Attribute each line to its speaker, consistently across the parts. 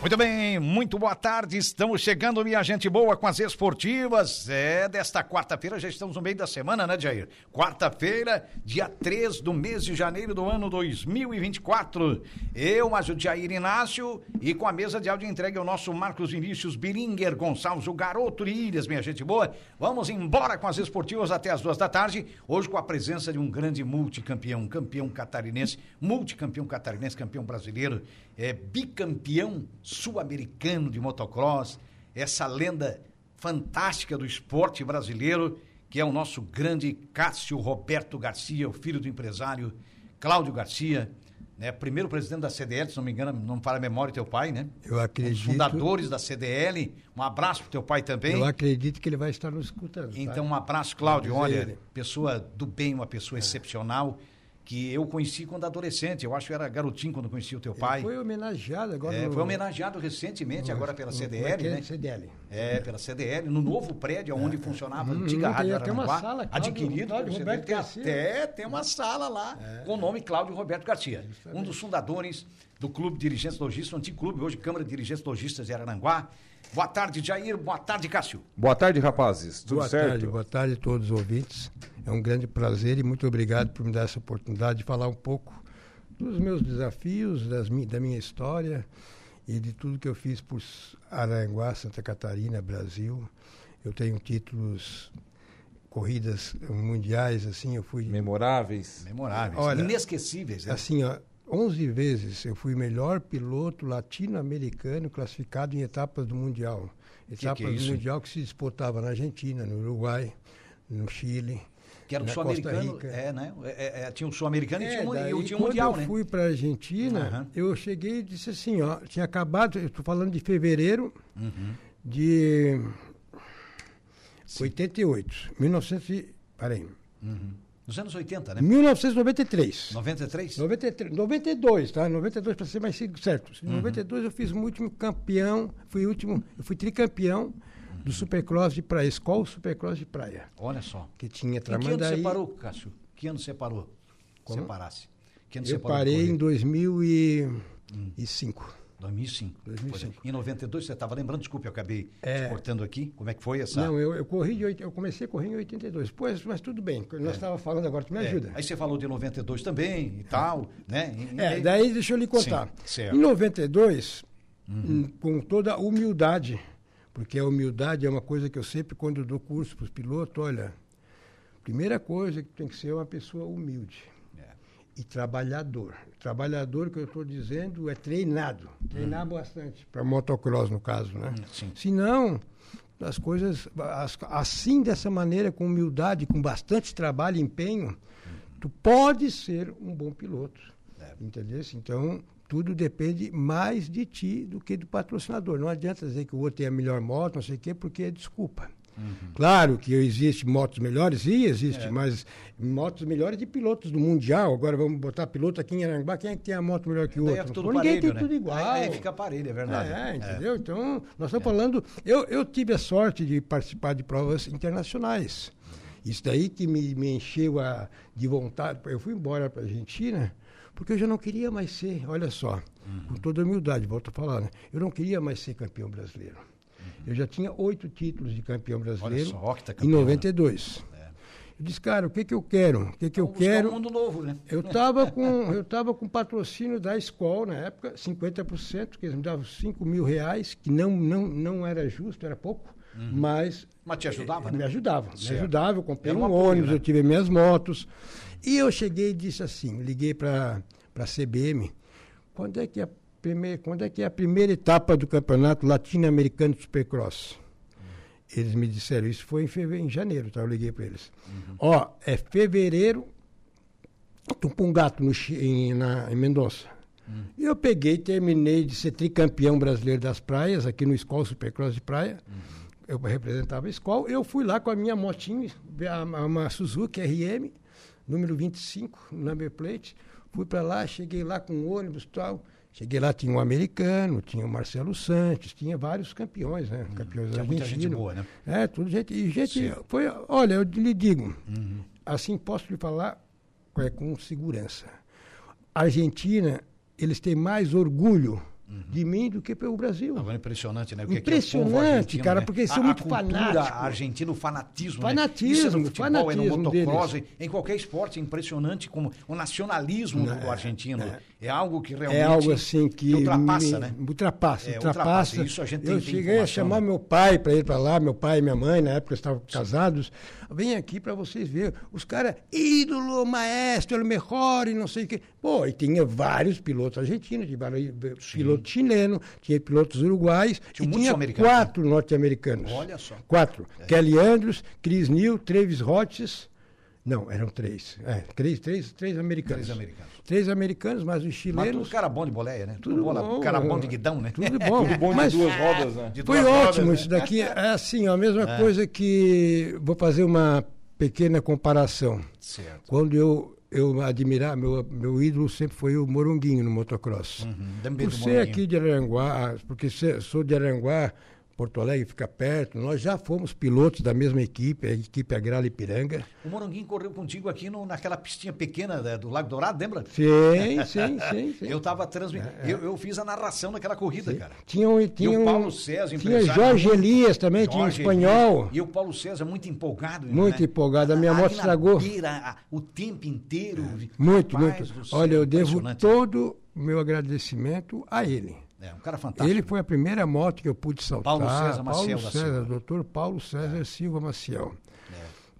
Speaker 1: Muito bem, muito boa tarde. Estamos chegando, minha gente boa, com as esportivas. É, desta quarta-feira, já estamos no meio da semana, né, Jair? Quarta-feira, dia 3 do mês de janeiro do ano 2024. Eu, mas o Jair Inácio, e com a mesa de áudio entregue ao nosso Marcos Vinícius Biringer Gonçalves, o garoto de Ilhas, minha gente boa. Vamos embora com as esportivas até as duas da tarde. Hoje, com a presença de um grande multicampeão, campeão catarinense, multicampeão catarinense, campeão brasileiro, é bicampeão sul-americano de motocross, essa lenda fantástica do esporte brasileiro, que é o nosso grande Cássio Roberto Garcia, o filho do empresário Cláudio Garcia, né? primeiro presidente da CDL, se não me engano, não para a memória teu pai, né?
Speaker 2: Eu acredito.
Speaker 1: Fundadores da CDL, um abraço pro teu pai também.
Speaker 2: Eu acredito que ele vai estar nos escutando. tá?
Speaker 1: Então, um abraço, Cláudio.
Speaker 2: Vamos dizer
Speaker 1: Olha,
Speaker 2: ele.
Speaker 1: pessoa do bem, uma pessoa excepcional, que eu conheci quando adolescente. Eu acho que eu era garotinho quando conheci o teu pai.
Speaker 2: Ele foi homenageado agora.
Speaker 1: É,
Speaker 2: no-
Speaker 1: foi homenageado recentemente agora pela
Speaker 2: no-
Speaker 1: CDL,
Speaker 2: naquele
Speaker 1: né?
Speaker 2: CDL.
Speaker 1: É, pela CDL, no novo prédio onde funcionava a
Speaker 2: Hum,
Speaker 1: antiga
Speaker 2: hum,
Speaker 1: Rádio
Speaker 2: tem até uma
Speaker 1: Araranguá,
Speaker 2: sala, Cláudio-
Speaker 1: adquirido
Speaker 2: Cláudio
Speaker 1: pelo
Speaker 2: Roberto
Speaker 1: CDL,
Speaker 2: Garcia. É.
Speaker 1: tem até tem uma sala lá com o nome Cláudio Roberto Garcia, um dos fundadores do Clube Dirigentes Logistas, um antigo clube, hoje Câmara de Dirigentes Logistas de Araranguá. Boa tarde, Jair. Boa tarde, Cássio.
Speaker 3: Boa tarde, rapazes. Tudo
Speaker 2: boa
Speaker 3: certo?
Speaker 2: tarde, boa tarde a todos os ouvintes. É um grande prazer e muito obrigado por me dar essa oportunidade de falar um pouco dos meus desafios, das mi- da minha história e de tudo que eu fiz por S- Aranguá, Santa Catarina, Brasil. Eu tenho títulos, corridas mundiais, assim, eu fui
Speaker 3: Memoráveis.
Speaker 1: Memoráveis,
Speaker 2: Olha,
Speaker 1: inesquecíveis. Né?
Speaker 2: Assim, ó, 11 vezes eu fui melhor piloto latino-americano classificado em etapas do Mundial. Etapas
Speaker 1: que é isso,
Speaker 2: do
Speaker 1: hein?
Speaker 2: Mundial que se disputava na Argentina, no Uruguai, no Chile.
Speaker 1: que era o
Speaker 2: na
Speaker 1: sul-americano,
Speaker 2: Costa Rica.
Speaker 1: é, né? É, é, tinha o sul-americano e tinha o mun-
Speaker 2: daí,
Speaker 1: e o tinha o
Speaker 2: quando
Speaker 1: mundial,
Speaker 2: eu
Speaker 1: né?
Speaker 2: fui para a Argentina,
Speaker 1: Aham.
Speaker 2: eu cheguei e disse assim, ó, tinha acabado, eu estou falando de fevereiro
Speaker 1: Uhum.
Speaker 2: de 88, 1900, e- peraí,
Speaker 1: Nos anos 80, né?
Speaker 2: Hum. 1993.
Speaker 1: 93?
Speaker 2: 93, 92, tá? 92 para ser mais certo. Em
Speaker 1: Uhum.
Speaker 2: 92 eu fiz o último campeão, fui último, eu fui tricampeão do Supercross de praia, escola Supercross de praia,
Speaker 1: Olha só.
Speaker 2: que tinha
Speaker 1: Em que ano
Speaker 2: Tramandaí.
Speaker 1: você parou, Cássio? Que ano você parou?
Speaker 2: Como?
Speaker 1: Separasse. Que ano
Speaker 2: Eu
Speaker 1: parou de
Speaker 2: parei
Speaker 1: correr? Hum.
Speaker 2: em 2005.
Speaker 1: 2005.
Speaker 2: 2005.
Speaker 1: Foi. Em 92 você estava lembrando, desculpe, eu acabei
Speaker 2: É.
Speaker 1: te cortando aqui. Como é que foi essa?
Speaker 2: Não, eu, eu corri de oit- eu comecei a correr em 82. Pois, mas tudo bem, nós estávamos falando agora, tu me
Speaker 1: É,
Speaker 2: ajuda.
Speaker 1: Aí você falou de 92 também e tal, né? E-
Speaker 2: É,
Speaker 1: e-
Speaker 2: daí deixa eu lhe contar.
Speaker 1: Sim, certo.
Speaker 2: Em 92, hum, com toda a humildade, porque a humildade é uma coisa que eu sempre, quando eu dou curso para os pilotos, olha, primeira coisa que tem que ser uma pessoa humilde
Speaker 1: É.
Speaker 2: e trabalhador. Trabalhador, que eu estou dizendo, é treinado. Treinar bastante. Para motocross, no caso, né?
Speaker 1: Hum. sim.
Speaker 2: Se não, as coisas, as- assim, dessa maneira, com humildade, com bastante trabalho e empenho, tu pode ser um bom piloto.
Speaker 1: É.
Speaker 2: Entendeu? Então, tudo depende mais de ti do que do patrocinador. Não adianta dizer que o outro tem a melhor moto, não sei o quê, porque é desculpa.
Speaker 1: Uhum.
Speaker 2: Claro que existe motos melhores, e
Speaker 1: É.
Speaker 2: existe, mas motos melhores de pilotos do Mundial. Agora vamos botar piloto aqui em Aranguá, quem é que tem a moto melhor que o
Speaker 1: Daí
Speaker 2: outro?
Speaker 1: é tudo
Speaker 2: Pô, Ninguém tem
Speaker 1: parelho, né?
Speaker 2: tudo igual.
Speaker 1: Aí, aí fica parelho, é verdade.
Speaker 2: É, entendeu? Então, nós estamos falando. Eu, eu tive a sorte de participar de provas internacionais. Isso daí que me, me encheu a, de vontade. Eu fui embora para a Argentina porque eu já não queria mais ser, olha só,
Speaker 1: Uhum.
Speaker 2: com toda humildade, volto a falar, né? eu não queria mais ser campeão brasileiro. Eu já tinha oito títulos de campeão brasileiro
Speaker 1: Uhum. só, octacampeão,
Speaker 2: em
Speaker 1: né?
Speaker 2: 92. Eu disse, cara, o que, que eu quero? O que, que eu
Speaker 1: Vamos buscar
Speaker 2: quero?
Speaker 1: um mundo novo, né?
Speaker 2: Eu estava com, eu tava com patrocínio da escola na época, 50%, que eles me davam 5 mil reais, que não, não, não era justo, era pouco, mas.
Speaker 1: Mas te Uhum. ajudava,
Speaker 2: eh,
Speaker 1: né?
Speaker 2: Me ajudava,
Speaker 1: Certo.
Speaker 2: me ajudava, eu comprei
Speaker 1: Era um
Speaker 2: um,
Speaker 1: apoio,
Speaker 2: ônibus,
Speaker 1: né?
Speaker 2: eu tive minhas motos. E eu cheguei e disse assim, liguei para a CBM, quando é que é a primeira, quando é que é a primeira etapa do campeonato latino-americano de Supercross? Eles me disseram, isso foi em, feve- em janeiro, tá? Eu liguei para eles.
Speaker 1: Uhum.
Speaker 2: Ó, é fevereiro Tupungato, um no, Chi- em, na, em Mendonça. E eu peguei, terminei de ser tricampeão brasileiro das praias, aqui no Escol Supercross de Praia. Eu representava a Escol. Eu fui lá com a minha motinha, a- a- uma Suzuki RM, número 25, number plate. Fui para lá, cheguei lá com ônibus e tal. Cheguei lá, tinha um americano, tinha o Marcelo Santos, tinha vários campeões, né? Campeões
Speaker 1: Tinha muita gente
Speaker 2: argentinos.
Speaker 1: boa, né?
Speaker 2: É, tudo gente. E gente,
Speaker 1: Sim.
Speaker 2: foi. Olha, eu lhe digo, assim posso lhe falar é, com segurança. A Argentina, eles têm mais orgulho de mim do que pelo Brasil.
Speaker 1: Agora é impressionante, né? O
Speaker 2: Impressionante,
Speaker 1: povo argentino, né?
Speaker 2: cara, porque eles são
Speaker 1: a,
Speaker 2: muito
Speaker 1: a cultura
Speaker 2: fanático.
Speaker 1: argentina, o fanatismo. né?
Speaker 2: Fanatismo,
Speaker 1: Isso é no futebol, é no
Speaker 2: fanatismo
Speaker 1: motocross, em qualquer esporte. É impressionante como o nacionalismo do, do argentino. É, algo que realmente.
Speaker 2: É algo assim que.
Speaker 1: Ultrapassa,
Speaker 2: me-
Speaker 1: né?
Speaker 2: Ultrapassa,
Speaker 1: É,
Speaker 2: ultrapassa.
Speaker 1: ultrapassa. Isso a gente tem-
Speaker 2: eu
Speaker 1: tem
Speaker 2: cheguei a
Speaker 1: informação,
Speaker 2: chamar
Speaker 1: né?
Speaker 2: meu pai para ir para lá, meu pai e minha mãe, na época estavam casados. Vem aqui para vocês verem. Os caras, ídolo, maestro, ele melhor e não sei o quê. Pô, e tinha vários pilotos argentinos, tinha vários pilotos chilenos, tinha pilotos uruguais.
Speaker 1: Tinha
Speaker 2: e
Speaker 1: muitos
Speaker 2: tinha
Speaker 1: americanos, né?
Speaker 2: quatro norte-americanos.
Speaker 1: Olha só. É.
Speaker 2: Quatro. Kelly Andrews, Chris Neal, Travis Rotches. Não, eram três. É, três, três, três americanos.
Speaker 1: Três americanos.
Speaker 2: Três americanos, mas os
Speaker 1: Mas tudo
Speaker 2: chilenos.
Speaker 1: cara bom de boleia, né? Tudo,
Speaker 2: Tudo
Speaker 1: bola,
Speaker 2: bom,
Speaker 1: cara bom
Speaker 2: é.
Speaker 1: de guidão, né?
Speaker 2: Tudo bom.
Speaker 3: Bom de
Speaker 2: Mas
Speaker 3: duas rodas, né?
Speaker 1: De
Speaker 2: foi
Speaker 1: duas rodas,
Speaker 2: ótimo
Speaker 1: né?
Speaker 2: isso daqui. É assim, ó, a mesma coisa que. Vou fazer uma pequena comparação.
Speaker 1: Certo.
Speaker 2: Quando eu, eu admirar, meu, meu ídolo sempre foi o Moronguinho no motocross.
Speaker 1: Dembê
Speaker 2: Por
Speaker 1: Uhum. do
Speaker 2: ser
Speaker 1: Moranguinho.
Speaker 2: aqui de Aranguá, ah, porque ser- sou de Aranguá, Porto Alegre fica perto, nós já fomos pilotos da mesma equipe, a equipe Agrária Ipiranga.
Speaker 1: O Moranguinho correu contigo aqui no, naquela pistinha pequena da- do Lago Dourado, lembra?
Speaker 2: Sim, sim, sim. sim. É,
Speaker 1: Eu tava transmitindo. Eu, eu fiz a narração daquela corrida, cara.
Speaker 2: Tinha um, tinha
Speaker 1: e o
Speaker 2: um-
Speaker 1: Paulo César,
Speaker 2: tinha
Speaker 1: empresário,
Speaker 2: Jorge
Speaker 1: muito-
Speaker 2: Elias também, tinha um
Speaker 1: Jorge
Speaker 2: espanhol.
Speaker 1: Elias. E o Paulo César muito empolgado. né?
Speaker 2: Muito empolgado, a minha
Speaker 1: Ali
Speaker 2: moto
Speaker 1: na
Speaker 2: estragou. É.
Speaker 1: beira, a- o tempo inteiro.
Speaker 2: Muito,
Speaker 1: Rapaz do
Speaker 2: muito.
Speaker 1: céu,
Speaker 2: Olha, eu devo
Speaker 1: é impressionante.
Speaker 2: todo o meu agradecimento a ele.
Speaker 1: É, um cara fantástico.
Speaker 2: Ele foi a primeira moto que eu pude saltar.
Speaker 1: Paulo César Maciel da
Speaker 2: Paulo César,
Speaker 1: Silva. É.
Speaker 2: doutor Paulo César Silva Maciel.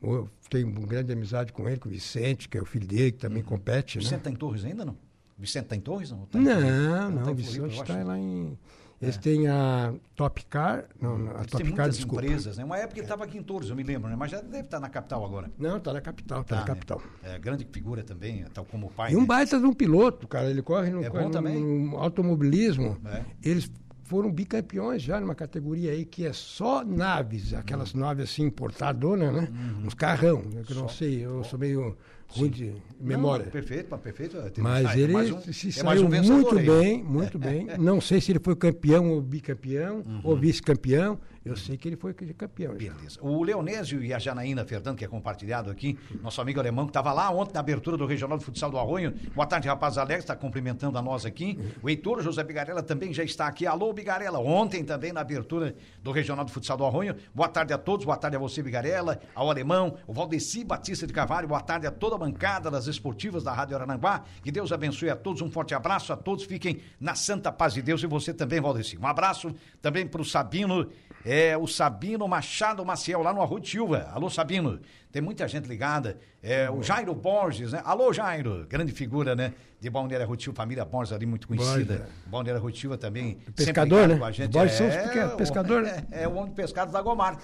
Speaker 2: Eu tenho uma grande amizade com ele, com o Vicente, que é o filho dele, que também compete, né?
Speaker 1: Vicente tá em Torres ainda, não? Vicente tá em Torres, não? Tá em Floripa?
Speaker 2: Não, não,
Speaker 1: tá
Speaker 2: o
Speaker 1: em Floripa,
Speaker 2: Vicente
Speaker 1: eu
Speaker 2: está
Speaker 1: acho.
Speaker 2: lá em... Eles têm a Top Car, não, não, a
Speaker 1: Eles têm
Speaker 2: Top Car,
Speaker 1: muitas
Speaker 2: desculpa.
Speaker 1: empresas, né? Uma época ele estava aqui em Torres, eu me lembro, né? Mas já deve estar na capital agora.
Speaker 2: Não, está na capital, está
Speaker 1: Tá,
Speaker 2: na
Speaker 1: né?
Speaker 2: capital.
Speaker 1: É, grande figura também, tal como o pai.
Speaker 2: E um
Speaker 1: né?
Speaker 2: baita de um piloto, cara. Ele corre no,
Speaker 1: É bom também.
Speaker 2: no automobilismo.
Speaker 1: É.
Speaker 2: Eles foram bicampeões já numa categoria aí que é só naves, aquelas
Speaker 1: Uhum.
Speaker 2: naves assim importadoras, né? Uns carrão. Eu que não sei, eu sou meio ruim de memória.
Speaker 1: Não, perfeito, mas perfeito. é, tem-
Speaker 2: Mas
Speaker 1: ah, tem
Speaker 2: ele
Speaker 1: mais um-
Speaker 2: se
Speaker 1: tem mais
Speaker 2: saiu
Speaker 1: um vencedor
Speaker 2: muito
Speaker 1: aí.
Speaker 2: bem, muito bem. Não sei se ele foi campeão ou bicampeão
Speaker 1: Uhum.
Speaker 2: ou vice-campeão. Eu sei que ele foi campeão. já.
Speaker 1: Beleza. O Leonésio e a Janaína Fernando, que é compartilhado aqui, nosso amigo alemão que estava lá ontem na abertura do Regional de Futsal do Arroio. Boa tarde, rapaz Alex, está cumprimentando a nós aqui. O Heitor José Bigarella também já está aqui. Alô, Bigarella, ontem também na abertura do Regional de Futsal do Arroio. Boa tarde a todos, boa tarde a você, Bigarella, ao alemão, o Valdeci Batista de Carvalho, boa tarde a toda a bancada das esportivas da Rádio Arananguá. Que Deus abençoe a todos, um forte abraço a todos, fiquem na santa paz de Deus e você também, Valdeci. Um abraço também para o Sabino é o Sabino Machado Maciel, lá no Arroio de Silva. Alô, Sabino. Tem muita gente ligada. É, o Jairo Borges, né? Alô, Jairo. Grande figura, né? De Balneário Arroio de Silva, família Borges ali, muito conhecida.
Speaker 2: Borges. é.
Speaker 1: Balneário Arroio de Silva também.
Speaker 2: pescador,
Speaker 1: ligado
Speaker 2: né?
Speaker 1: Com a gente.
Speaker 2: Borges são os pequenos,
Speaker 1: o-
Speaker 2: pescador,
Speaker 1: É,
Speaker 2: né?
Speaker 1: é o homem de pescado do Lagomar.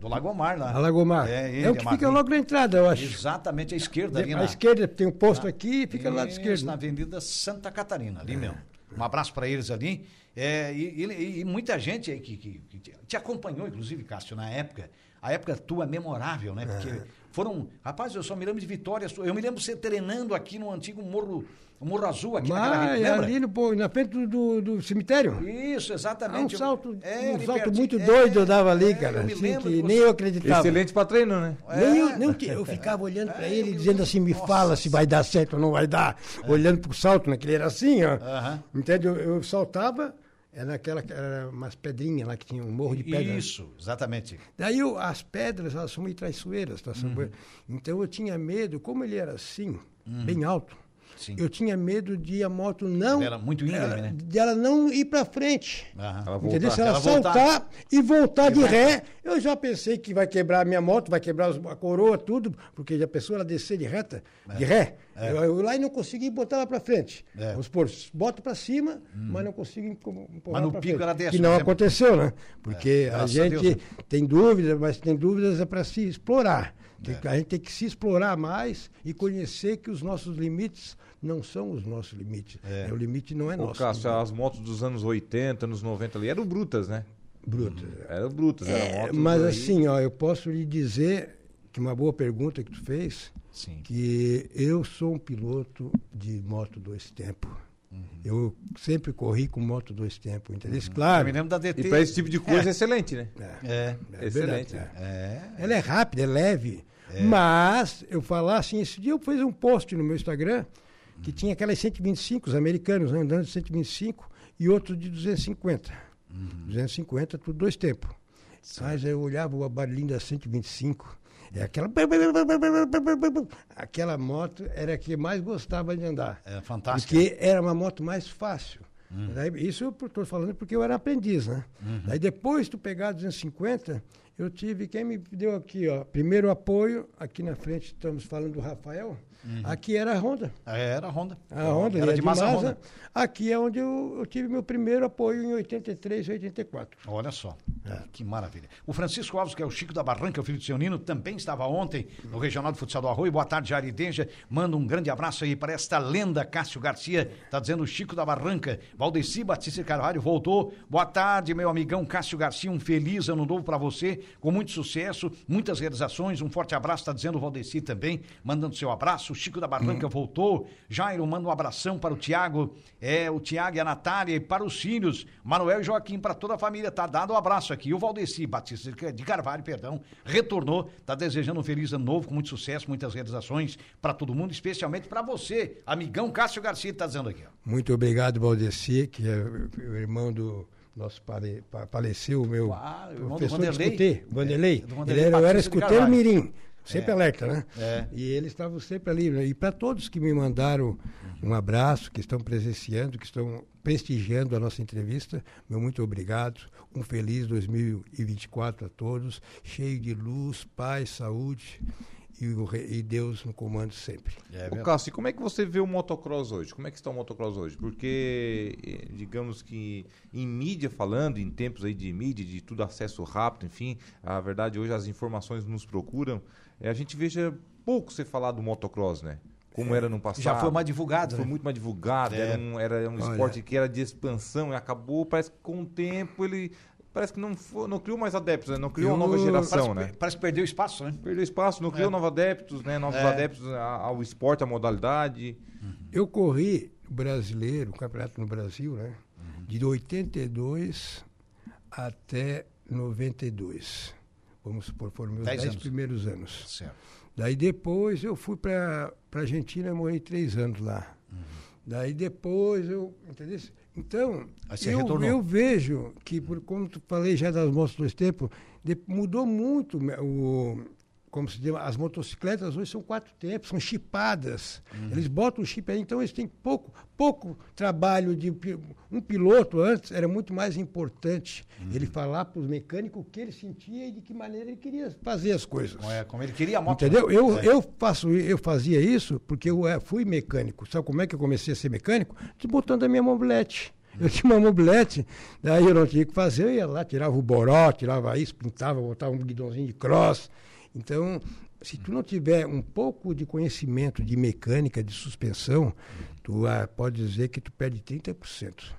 Speaker 1: Do Lagomar, lá.
Speaker 2: A Lagomar.
Speaker 1: É,
Speaker 2: É,
Speaker 1: ele,
Speaker 2: o
Speaker 1: é
Speaker 2: que fica
Speaker 1: magrinho.
Speaker 2: logo na entrada, eu acho.
Speaker 1: Exatamente, à esquerda ali
Speaker 2: à
Speaker 1: na...
Speaker 2: esquerda tem um posto aqui e fica lá da
Speaker 1: Tá. Isso,
Speaker 2: esquerda.
Speaker 1: Na Avenida Santa Catarina,
Speaker 2: É.
Speaker 1: ali mesmo. Um abraço para eles ali. É, e, e- e muita gente aí que, que- que te- te acompanhou, inclusive, Cássio, na época. A época tua é memorável, né? Porque
Speaker 2: É.
Speaker 1: foram. Rapaz, eu só me lembro de vitórias. Eu me lembro você treinando aqui no antigo Morro, Morro Azul, aqui naquela
Speaker 2: Mas
Speaker 1: é lembra?
Speaker 2: Ah, é ali né? no, pô, na frente do, do, do cemitério?
Speaker 1: Isso,
Speaker 2: Ah, um
Speaker 1: exatamente.
Speaker 2: salto,
Speaker 1: É,
Speaker 2: um
Speaker 1: ali
Speaker 2: salto
Speaker 1: perto-
Speaker 2: muito
Speaker 1: é,
Speaker 2: doido eu dava ali,
Speaker 1: é,
Speaker 2: cara.
Speaker 1: Eu me
Speaker 2: assim,
Speaker 1: lembro
Speaker 2: que
Speaker 1: de
Speaker 2: nem
Speaker 1: você- É.
Speaker 2: eu acreditava.
Speaker 3: Excelente para treino, né?
Speaker 2: Nem eu, nem que- eu ficava olhando para ele, dizendo assim, me
Speaker 1: Nossa.
Speaker 2: fala se vai dar certo ou não vai dar. Olhando pro salto, né? Que ele era assim, ó.
Speaker 1: É. Aham.
Speaker 2: Entende? Eu, eu saltava, era naquela, era umas pedrinhas lá que tinha um morro de pedra.
Speaker 1: Isso, exatamente.
Speaker 2: Daí eu- as pedras, elas são meio traiçoeiras, tá
Speaker 1: Uhum.
Speaker 2: sabendo? Então eu tinha medo, como ele era assim, bem alto,
Speaker 1: Sim.
Speaker 2: eu tinha medo de a moto não...
Speaker 1: Ele era muito íngreme,
Speaker 2: ela-
Speaker 1: né?
Speaker 2: De ela não ir para frente.
Speaker 1: Aham.
Speaker 3: Ela voltar.
Speaker 2: Entendeu? Se ela,
Speaker 1: Ela voltar.
Speaker 2: saltar e voltar de ré, eu já pensei que vai quebrar a minha moto, vai quebrar os- a coroa, tudo, porque a pessoa ela descer de reta, de ré. Eu, eu lá e não consegui botar ela para frente.
Speaker 1: É. Uhum.
Speaker 2: Vamos supor, boto para cima, mas não consigo empu-
Speaker 1: Mas
Speaker 2: empurrar
Speaker 1: no
Speaker 2: pra
Speaker 1: pico
Speaker 2: frente,
Speaker 1: ela desce,
Speaker 2: Que
Speaker 1: por
Speaker 2: não
Speaker 1: exemplo.
Speaker 2: aconteceu, né? Porque a
Speaker 1: graças a
Speaker 2: gente
Speaker 1: Deus, né?
Speaker 2: tem dúvidas, mas tem dúvidas é para se explorar. Tem-
Speaker 3: É.
Speaker 2: A gente tem que se explorar mais e conhecer que os nossos limites não são os nossos limites. É. O limite não é
Speaker 3: Ô,
Speaker 2: nosso.
Speaker 3: Cássio, as motos dos anos 80, anos 90 ali eram brutas, né?
Speaker 2: Bruto.
Speaker 3: Eram brutas, eram
Speaker 2: É,
Speaker 3: motos.
Speaker 2: mas
Speaker 3: aí-
Speaker 2: assim, ó, eu posso lhe dizer que uma boa pergunta que tu fez,
Speaker 1: Sim.
Speaker 2: que eu sou um piloto de moto dois tempos.
Speaker 1: Uhum.
Speaker 2: Eu sempre corri com moto dois tempos, entendeu?
Speaker 1: Eu
Speaker 2: Claro.
Speaker 1: me lembro da
Speaker 3: E
Speaker 1: DT.
Speaker 3: pra esse tipo de coisa é excelente, né?
Speaker 2: É,
Speaker 1: É.
Speaker 2: é
Speaker 3: Excelente.
Speaker 2: verdade, é.
Speaker 1: É.
Speaker 2: Ela é rápida, é leve. Mas eu falar assim, esse dia eu fiz um post no meu Instagram que tinha aquelas 125, os americanos né, andando de 125 e outro de 250. 250, tudo dois tempos. Mas eu olhava o barulhinho da 125, é aquela. Aquela moto era a que mais gostava de andar.
Speaker 1: É fantástico. Hum.
Speaker 2: Porque era uma moto mais fácil. Daí, isso eu estou falando porque eu era aprendiz, né?
Speaker 1: Uhum.
Speaker 2: Daí depois tu pegar 250, eu tive, quem me deu aqui, ó, primeiro apoio, aqui na frente estamos falando do Rafael, aqui era a Honda.
Speaker 1: Ah, é, Era a Honda.
Speaker 2: A Honda,
Speaker 1: Uhum. Era
Speaker 2: ele é
Speaker 1: de massa Honda.
Speaker 2: Aqui é onde eu, eu tive meu primeiro apoio em 83, 84.
Speaker 1: Olha só,
Speaker 2: É.
Speaker 1: que maravilha. O Francisco Alves, que é o Chico da Barranca, o filho de seu Nino, também estava ontem no Regional de Futsal do Arroio. Boa tarde, Arideja. Manda um grande abraço aí para esta lenda, Cássio Garcia. Tá dizendo o Chico da Barranca. Valdeci Batista Carvalho voltou. Boa tarde, meu amigão Cássio Garcia. Um feliz ano novo para você, com muito sucesso, muitas realizações. Um forte abraço, tá dizendo o Valdeci também, mandando seu abraço. O Chico da Barranca voltou. Jairo, manda um abração para o Tiago, é, o Tiago e a Natália e para os filhos, Manuel e Joaquim, para toda a família. Tá dado um abraço aqui. E o Valdeci Batista de Carvalho, perdão, retornou, tá desejando um feliz ano novo, com muito sucesso, muitas realizações para todo mundo, especialmente para você, amigão Cássio Garcia, tá dizendo aqui. ó.
Speaker 2: Muito obrigado, Valdeci, que é o irmão do nosso pare, pa- faleceu, o meu
Speaker 1: Ah, o irmão do
Speaker 2: professor de
Speaker 1: Vanderlei.
Speaker 2: escutei, Vanderlei.
Speaker 1: É, do Vanderlei
Speaker 2: Ele era, eu era
Speaker 1: Batista de
Speaker 2: escuteiro
Speaker 1: Carvalho.
Speaker 2: mirim, sempre
Speaker 1: É.
Speaker 2: alerta, né?
Speaker 1: É.
Speaker 2: E eles estavam sempre ali. né? E para todos que me mandaram um abraço, que estão presenciando, que estão prestigiando a nossa entrevista, meu muito obrigado. Um feliz 2024 a todos, cheio de luz, paz, saúde e, o re- e Deus no comando sempre.
Speaker 3: Ô, Cássio, e como é que você vê o motocross hoje? Como é que está o motocross hoje? Porque, eh, digamos que em mídia falando, em tempos aí de mídia, de tudo acesso rápido, enfim, a verdade hoje as informações nos procuram, eh, a gente veja pouco você falar do motocross, né? Como era no passado.
Speaker 1: É. Já foi mais divulgado,
Speaker 3: Foi
Speaker 1: né?
Speaker 3: muito mais divulgado,
Speaker 1: É.
Speaker 3: era um, era um
Speaker 2: Olha.
Speaker 3: esporte que era de expansão e acabou, parece que com o tempo ele... Parece que não, foi- não criou mais adeptos, né? Não criou uma nova
Speaker 2: Eu-
Speaker 3: geração,
Speaker 1: Parece,
Speaker 3: né?
Speaker 1: que- parece que perdeu espaço, né?
Speaker 3: Perdeu espaço, não criou
Speaker 2: É.
Speaker 3: novos adeptos, né? Novos
Speaker 1: É.
Speaker 3: adeptos a- ao esporte, à modalidade.
Speaker 2: Eu corri o brasileiro, o campeonato no Brasil, né? De 82 até 92. Vamos supor, foram meus
Speaker 1: Dez
Speaker 2: 10
Speaker 1: anos.
Speaker 2: primeiros anos.
Speaker 1: Certo.
Speaker 2: Daí depois eu fui para a Argentina, morei três anos lá. Daí depois eu. Entendeu? Então,
Speaker 1: Aí você
Speaker 2: eu,
Speaker 1: retornou.
Speaker 2: eu vejo que, por como tu falei já das motos dois tempos, de- mudou muito o. Como se diz, as motocicletas hoje são quatro tempos, são chipadas.
Speaker 1: Uhum.
Speaker 2: Eles botam o chip aí, então eles têm pouco, pouco trabalho de pi- um piloto antes era muito mais importante
Speaker 1: Uhum.
Speaker 2: ele falar para os mecânicos o que ele sentia e de que maneira ele queria fazer as coisas.
Speaker 1: Como, é- como ele queria a moto.
Speaker 2: Entendeu? Eu,
Speaker 1: É.
Speaker 2: eu, faço, eu fazia isso porque eu eh, fui mecânico. Sabe como é que eu comecei a ser mecânico? Te Botando a minha mobilete. Eu tinha uma mobilete, daí eu não tinha o que fazer, eu ia lá, tirava o boró, tirava isso, pintava, botava um guidãozinho de cross. Então, se tu não tiver um pouco de conhecimento de mecânica, de suspensão, tu ah, pode dizer que tu perde 30%.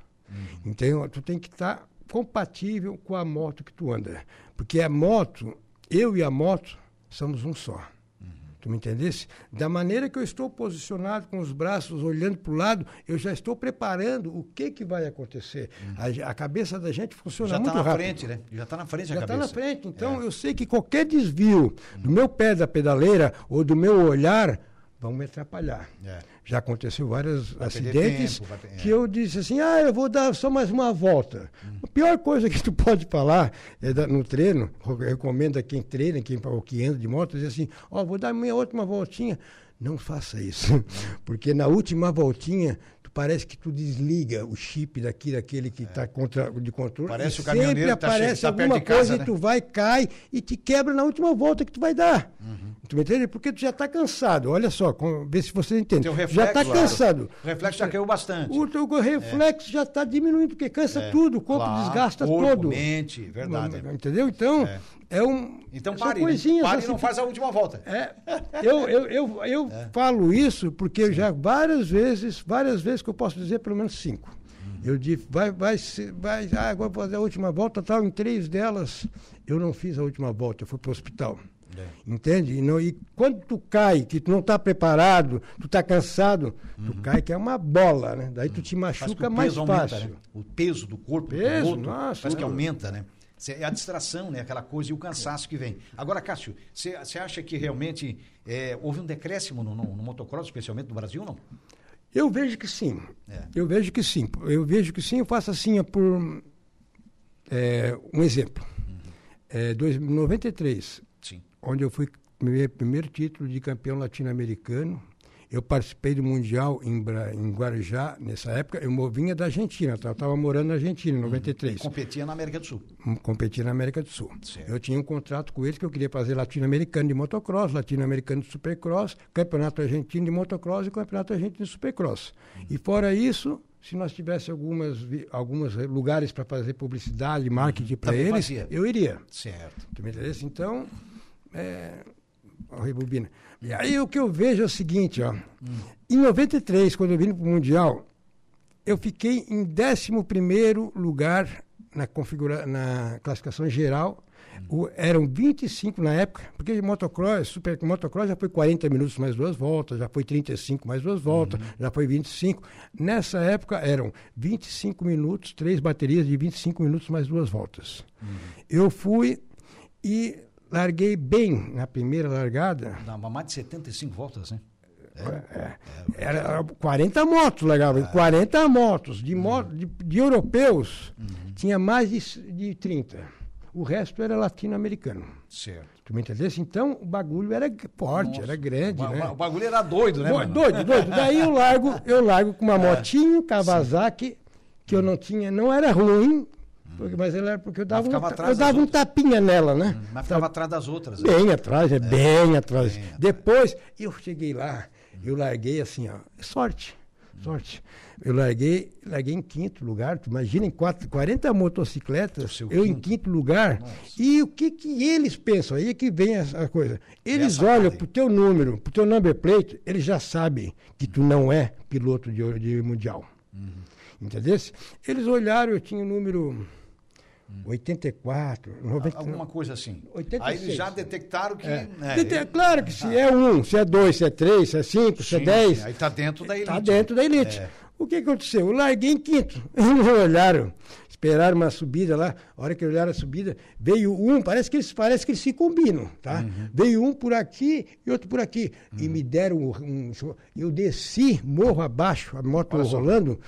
Speaker 2: Então, tu tem que estar compatível com a moto que tu anda. Porque a moto, eu e a moto, somos um só.
Speaker 1: Uhum.
Speaker 2: Tu me entendesse? Da maneira que eu estou posicionado com os braços olhando para o lado, eu já estou preparando o que, que vai acontecer. A ge- A, cabeça da gente funciona
Speaker 1: Uhum. Já tá
Speaker 2: muito
Speaker 1: na
Speaker 2: rápido.
Speaker 1: frente, né? Já tá na frente a
Speaker 2: Já está
Speaker 1: cabeça. É.
Speaker 2: na frente. Então, eu sei que qualquer desvio do meu pé da pedaleira ou do meu olhar vão me atrapalhar.
Speaker 1: É.
Speaker 2: Já aconteceu vários
Speaker 1: perder
Speaker 2: acidentes
Speaker 1: tempo, vai per-
Speaker 2: que
Speaker 1: é. Hum.
Speaker 2: eu disse assim, ah, eu vou dar só mais uma volta. A pior coisa que tu pode falar é da- no treino, eu recomendo a quem treina, quem, ou que anda de moto, dizer assim, ó, vou dar minha última voltinha. Não faça
Speaker 1: Hum.
Speaker 2: isso, porque na última voltinha, tu parece que tu desliga o chip daqui, daquele que está contra de controle.
Speaker 1: É. Parece
Speaker 2: e
Speaker 1: o caminhoneiro
Speaker 2: sempre
Speaker 1: que tá che-
Speaker 2: aparece
Speaker 1: tá perto
Speaker 2: alguma
Speaker 1: de
Speaker 2: coisa
Speaker 1: casa,
Speaker 2: e
Speaker 1: né?
Speaker 2: tu vai, cai e te quebra na última volta que tu vai dar.
Speaker 1: Uhum.
Speaker 2: Tu me entende? Porque tu já está cansado. Olha só, com- vê se você entende.
Speaker 1: Teu
Speaker 2: já
Speaker 1: um reflexo,
Speaker 2: está
Speaker 1: claro.
Speaker 2: cansado.
Speaker 1: O reflexo já caiu bastante.
Speaker 2: O teu reflexo já está diminuindo, porque cansa
Speaker 1: É,
Speaker 2: tudo, o corpo
Speaker 1: claro,
Speaker 2: desgasta
Speaker 1: corpo,
Speaker 2: todo.
Speaker 1: Mente, verdade.
Speaker 2: Entendeu? Então,
Speaker 1: É.
Speaker 2: é, um.
Speaker 1: Então
Speaker 2: são
Speaker 1: pare, né?
Speaker 2: coisinhas
Speaker 1: pare e
Speaker 2: assim
Speaker 1: não
Speaker 2: que-
Speaker 1: faz a última volta.
Speaker 2: é, eu eu, eu, eu
Speaker 1: É.
Speaker 2: falo isso porque eu já várias vezes, várias vezes que eu posso dizer pelo menos cinco.
Speaker 1: Uhum.
Speaker 2: Eu disse, vai, vai, se- vai, ah, agora vou fazer a última volta, tal, em três delas eu não fiz a última volta, eu fui para o hospital.
Speaker 1: É.
Speaker 2: Entende? E, não, e quando tu cai, que tu não tá preparado, tu tá cansado, tu cai que é uma bola, né? Daí tu te
Speaker 1: Uhum. Faz que
Speaker 2: machuca
Speaker 1: o
Speaker 2: mais
Speaker 1: peso aumenta,
Speaker 2: fácil.
Speaker 1: né? O peso do corpo
Speaker 2: Peso,
Speaker 1: do outro
Speaker 2: nossa,
Speaker 1: parece que
Speaker 2: né?
Speaker 1: aumenta, né? Cê- É a distração, né? Aquela coisa e o cansaço que vem. Agora, Cássio, você acha que realmente é, houve um decréscimo no, no- no motocross, especialmente no Brasil, não?
Speaker 2: Eu vejo que sim.
Speaker 1: É.
Speaker 2: Eu vejo que sim. Eu vejo que sim. Eu faço assim ó, por é, um exemplo. É, dois- 93,
Speaker 1: Sim.
Speaker 2: onde eu fui meu primeiro título de campeão latino-americano. Eu participei do mundial em, Bra- em Guarujá nessa época. Eu mo- vinha da Argentina. tá? Eu estava morando na Argentina em 93
Speaker 1: Competia na América do Sul.
Speaker 2: competir na América do Sul.
Speaker 1: Certo.
Speaker 2: Eu tinha um contrato com eles que eu queria fazer latino-americano de motocross, latino-americano de supercross, campeonato argentino de motocross e campeonato argentino de supercross.
Speaker 1: Uhum.
Speaker 2: E fora isso, se nós tivesse algumas vi- alguns lugares para fazer publicidade, marketing para
Speaker 1: Uhum. Também
Speaker 2: eles,
Speaker 1: fazia.
Speaker 2: eu iria.
Speaker 1: Certo.
Speaker 2: Tu me entendesse? Então, é, ó, rebobina. E aí o que eu vejo é o seguinte,
Speaker 1: Hum.
Speaker 2: ó. Em 93, quando eu vim para o Mundial, eu fiquei em 11º lugar na, configura... na classificação geral. O- eram 25 na época, porque de motocross, super motocross já foi 40 minutos mais duas voltas, já foi 35 mais duas voltas, já foi 25. Nessa época eram 25 minutos, três baterias de 25 minutos mais duas voltas. Eu fui e larguei bem na primeira largada.
Speaker 1: Dava mais de 75 voltas, né?
Speaker 2: É, Era 40 motos, legal.
Speaker 1: É.
Speaker 2: 40 motos. De,
Speaker 1: Uhum.
Speaker 2: mo- de, de europeus, tinha mais de, s- de 30. O resto era latino-americano.
Speaker 1: Certo.
Speaker 2: Tu me entendesse? Então, o bagulho era g- forte, era grande,
Speaker 1: O, ba-
Speaker 2: né?
Speaker 1: o bagulho era doido, né, É,
Speaker 2: Bo-
Speaker 1: mano?
Speaker 2: doido, doido. Daí eu largo, eu largo com uma motinho, Kawasaki, que
Speaker 1: Uhum.
Speaker 2: eu não tinha, não era ruim, porque- mas ela era porque eu dava, um,
Speaker 1: ficava
Speaker 2: ta-
Speaker 1: atrás das
Speaker 2: eu dava um
Speaker 1: outras. Uhum,
Speaker 2: tapinha nela, né?
Speaker 1: Mas ficava atrás das outras. né?
Speaker 2: Bem atrás, é, bem atrás.
Speaker 1: atrás.
Speaker 2: Depois, eu cheguei lá, eu larguei assim, ó, sorte, sorte. Eu larguei, larguei em quinto lugar, tu imagina, em quatro, 40 motocicletas,
Speaker 1: Seu
Speaker 2: eu em
Speaker 1: quinto.
Speaker 2: quinto lugar. E o que que eles pensam? Aí é que vem essa coisa. Eles
Speaker 1: Essa
Speaker 2: olham
Speaker 1: parte aí.
Speaker 2: pro teu número, pro teu number plate, eles já sabem que tu não é piloto de, de mundial. Entendesse? Eles olharam, eu tinha o número 84, 90,
Speaker 1: Alguma coisa assim.
Speaker 2: 86.
Speaker 1: Aí eles já detectaram que.
Speaker 2: é.
Speaker 1: né,
Speaker 2: Porque tem- é claro que se é um, se é dois, se é três, se é cinco, se é
Speaker 1: sim,
Speaker 2: dez,
Speaker 1: sim, Aí tá dentro da elite.
Speaker 2: tá dentro da elite.
Speaker 1: É.
Speaker 2: O que aconteceu? Eu larguei em quinto. Eles olharam, esperaram uma subida lá. A hora que olharam a subida, veio um, parece que eles, parece que eles se combinam, tá?
Speaker 1: Uhum.
Speaker 2: Veio um por aqui e outro por aqui. E me deram um, um cho- Eu desci, morro abaixo, a moto rolando.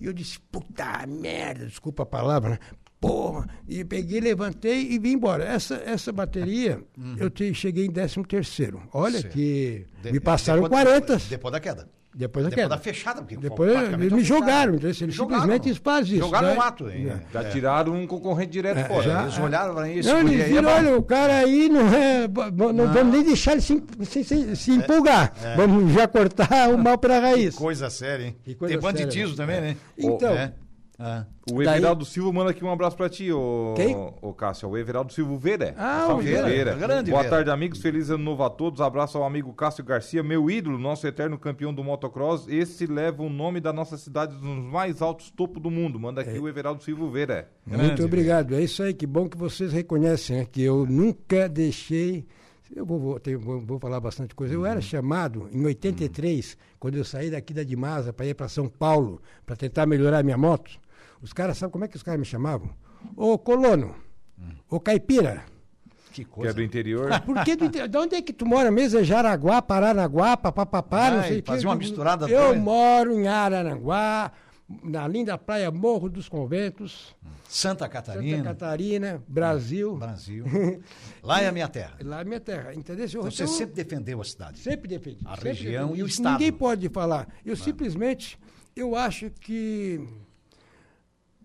Speaker 2: E eu disse, puta merda, desculpa a palavra, né? Porra! E peguei, levantei e vim embora. Essa, essa bateria, eu te- cheguei em 13 terceiro. Olha
Speaker 1: Uhum. Certo.
Speaker 2: que...
Speaker 1: né? De-
Speaker 2: me passaram
Speaker 1: depois-
Speaker 2: 40.
Speaker 1: Depois da queda.
Speaker 2: Depois da
Speaker 1: Depois
Speaker 2: queda.
Speaker 1: da fechada, porque
Speaker 2: Depois
Speaker 1: praticamente
Speaker 2: eles
Speaker 1: é uma
Speaker 2: me
Speaker 1: fechada.
Speaker 2: jogaram, então, eles simplesmente fazem isso,
Speaker 1: Jogaram
Speaker 2: né?
Speaker 1: no ato, hein?
Speaker 2: É.
Speaker 3: Já tiraram um concorrente direto fora. É.
Speaker 2: já-
Speaker 1: Eles olharam pra isso.
Speaker 2: Não,
Speaker 1: guri
Speaker 2: eles
Speaker 1: aí é
Speaker 2: viram,
Speaker 1: bom.
Speaker 2: olha, o cara aí não é. bo- bo- Não, vamos nem deixar ele se, se, se- se empolgar. Vamos já cortar o mal pela raiz.
Speaker 1: É, Coisa séria, hein?
Speaker 2: Que coisa
Speaker 1: Tem banditismo
Speaker 2: séria,
Speaker 1: também,
Speaker 2: né?
Speaker 1: né?
Speaker 2: Então,
Speaker 1: É. Ah.
Speaker 3: O
Speaker 2: Daí-
Speaker 3: Everaldo Silva manda aqui um abraço pra ti, ô,
Speaker 2: Quem?
Speaker 3: ô Cássio. É O Everaldo Silva Vera.
Speaker 2: Ah,
Speaker 3: Salve,
Speaker 2: o Vera.
Speaker 1: Grande
Speaker 3: Boa
Speaker 1: Vera.
Speaker 3: tarde, amigos. Feliz ano novo a todos. Abraço ao amigo Cássio Garcia, meu ídolo, nosso eterno campeão do motocross. Esse leva o nome da nossa cidade nos mais altos topos do mundo. Manda
Speaker 2: É.
Speaker 3: aqui o Everaldo Silva Vera.
Speaker 1: Grande,
Speaker 2: muito obrigado. É isso aí, que bom que vocês reconhecem, né? Que eu nunca deixei. Eu vou, vou, ter- vou- vou falar bastante coisa. Eu
Speaker 1: Uhum.
Speaker 2: era chamado em 83, quando eu saí daqui da Dimasa para ir para São Paulo, para tentar melhorar minha moto. Os caras, sabe como é que os caras me chamavam? Ô colono,
Speaker 1: Hum.
Speaker 2: ô caipira.
Speaker 1: Que
Speaker 3: Que é
Speaker 1: coisa.
Speaker 3: do interior.
Speaker 2: Por que do inter- de onde é que tu mora mesmo? É Jaraguá, Paranaguá, papapá, não
Speaker 1: Ai,
Speaker 2: sei o quê.
Speaker 1: fazia uma misturada
Speaker 2: Eu
Speaker 1: doida.
Speaker 2: moro em Araranguá, na linda praia Morro dos Conventos,
Speaker 1: Santa
Speaker 2: Santa
Speaker 1: Catarina,
Speaker 2: Catarina, Brasil.
Speaker 1: Brasil. Lá é a minha terra. Então,
Speaker 2: Lá é minha terra, entendeu? Eu,
Speaker 1: Você
Speaker 2: eu
Speaker 1: sempre defendeu a cidade.
Speaker 2: sempre defendi.
Speaker 1: A
Speaker 2: sempre
Speaker 1: região
Speaker 2: defendi.
Speaker 1: e o
Speaker 2: Isso
Speaker 1: estado.
Speaker 2: Ninguém pode falar. Eu simplesmente, eu acho que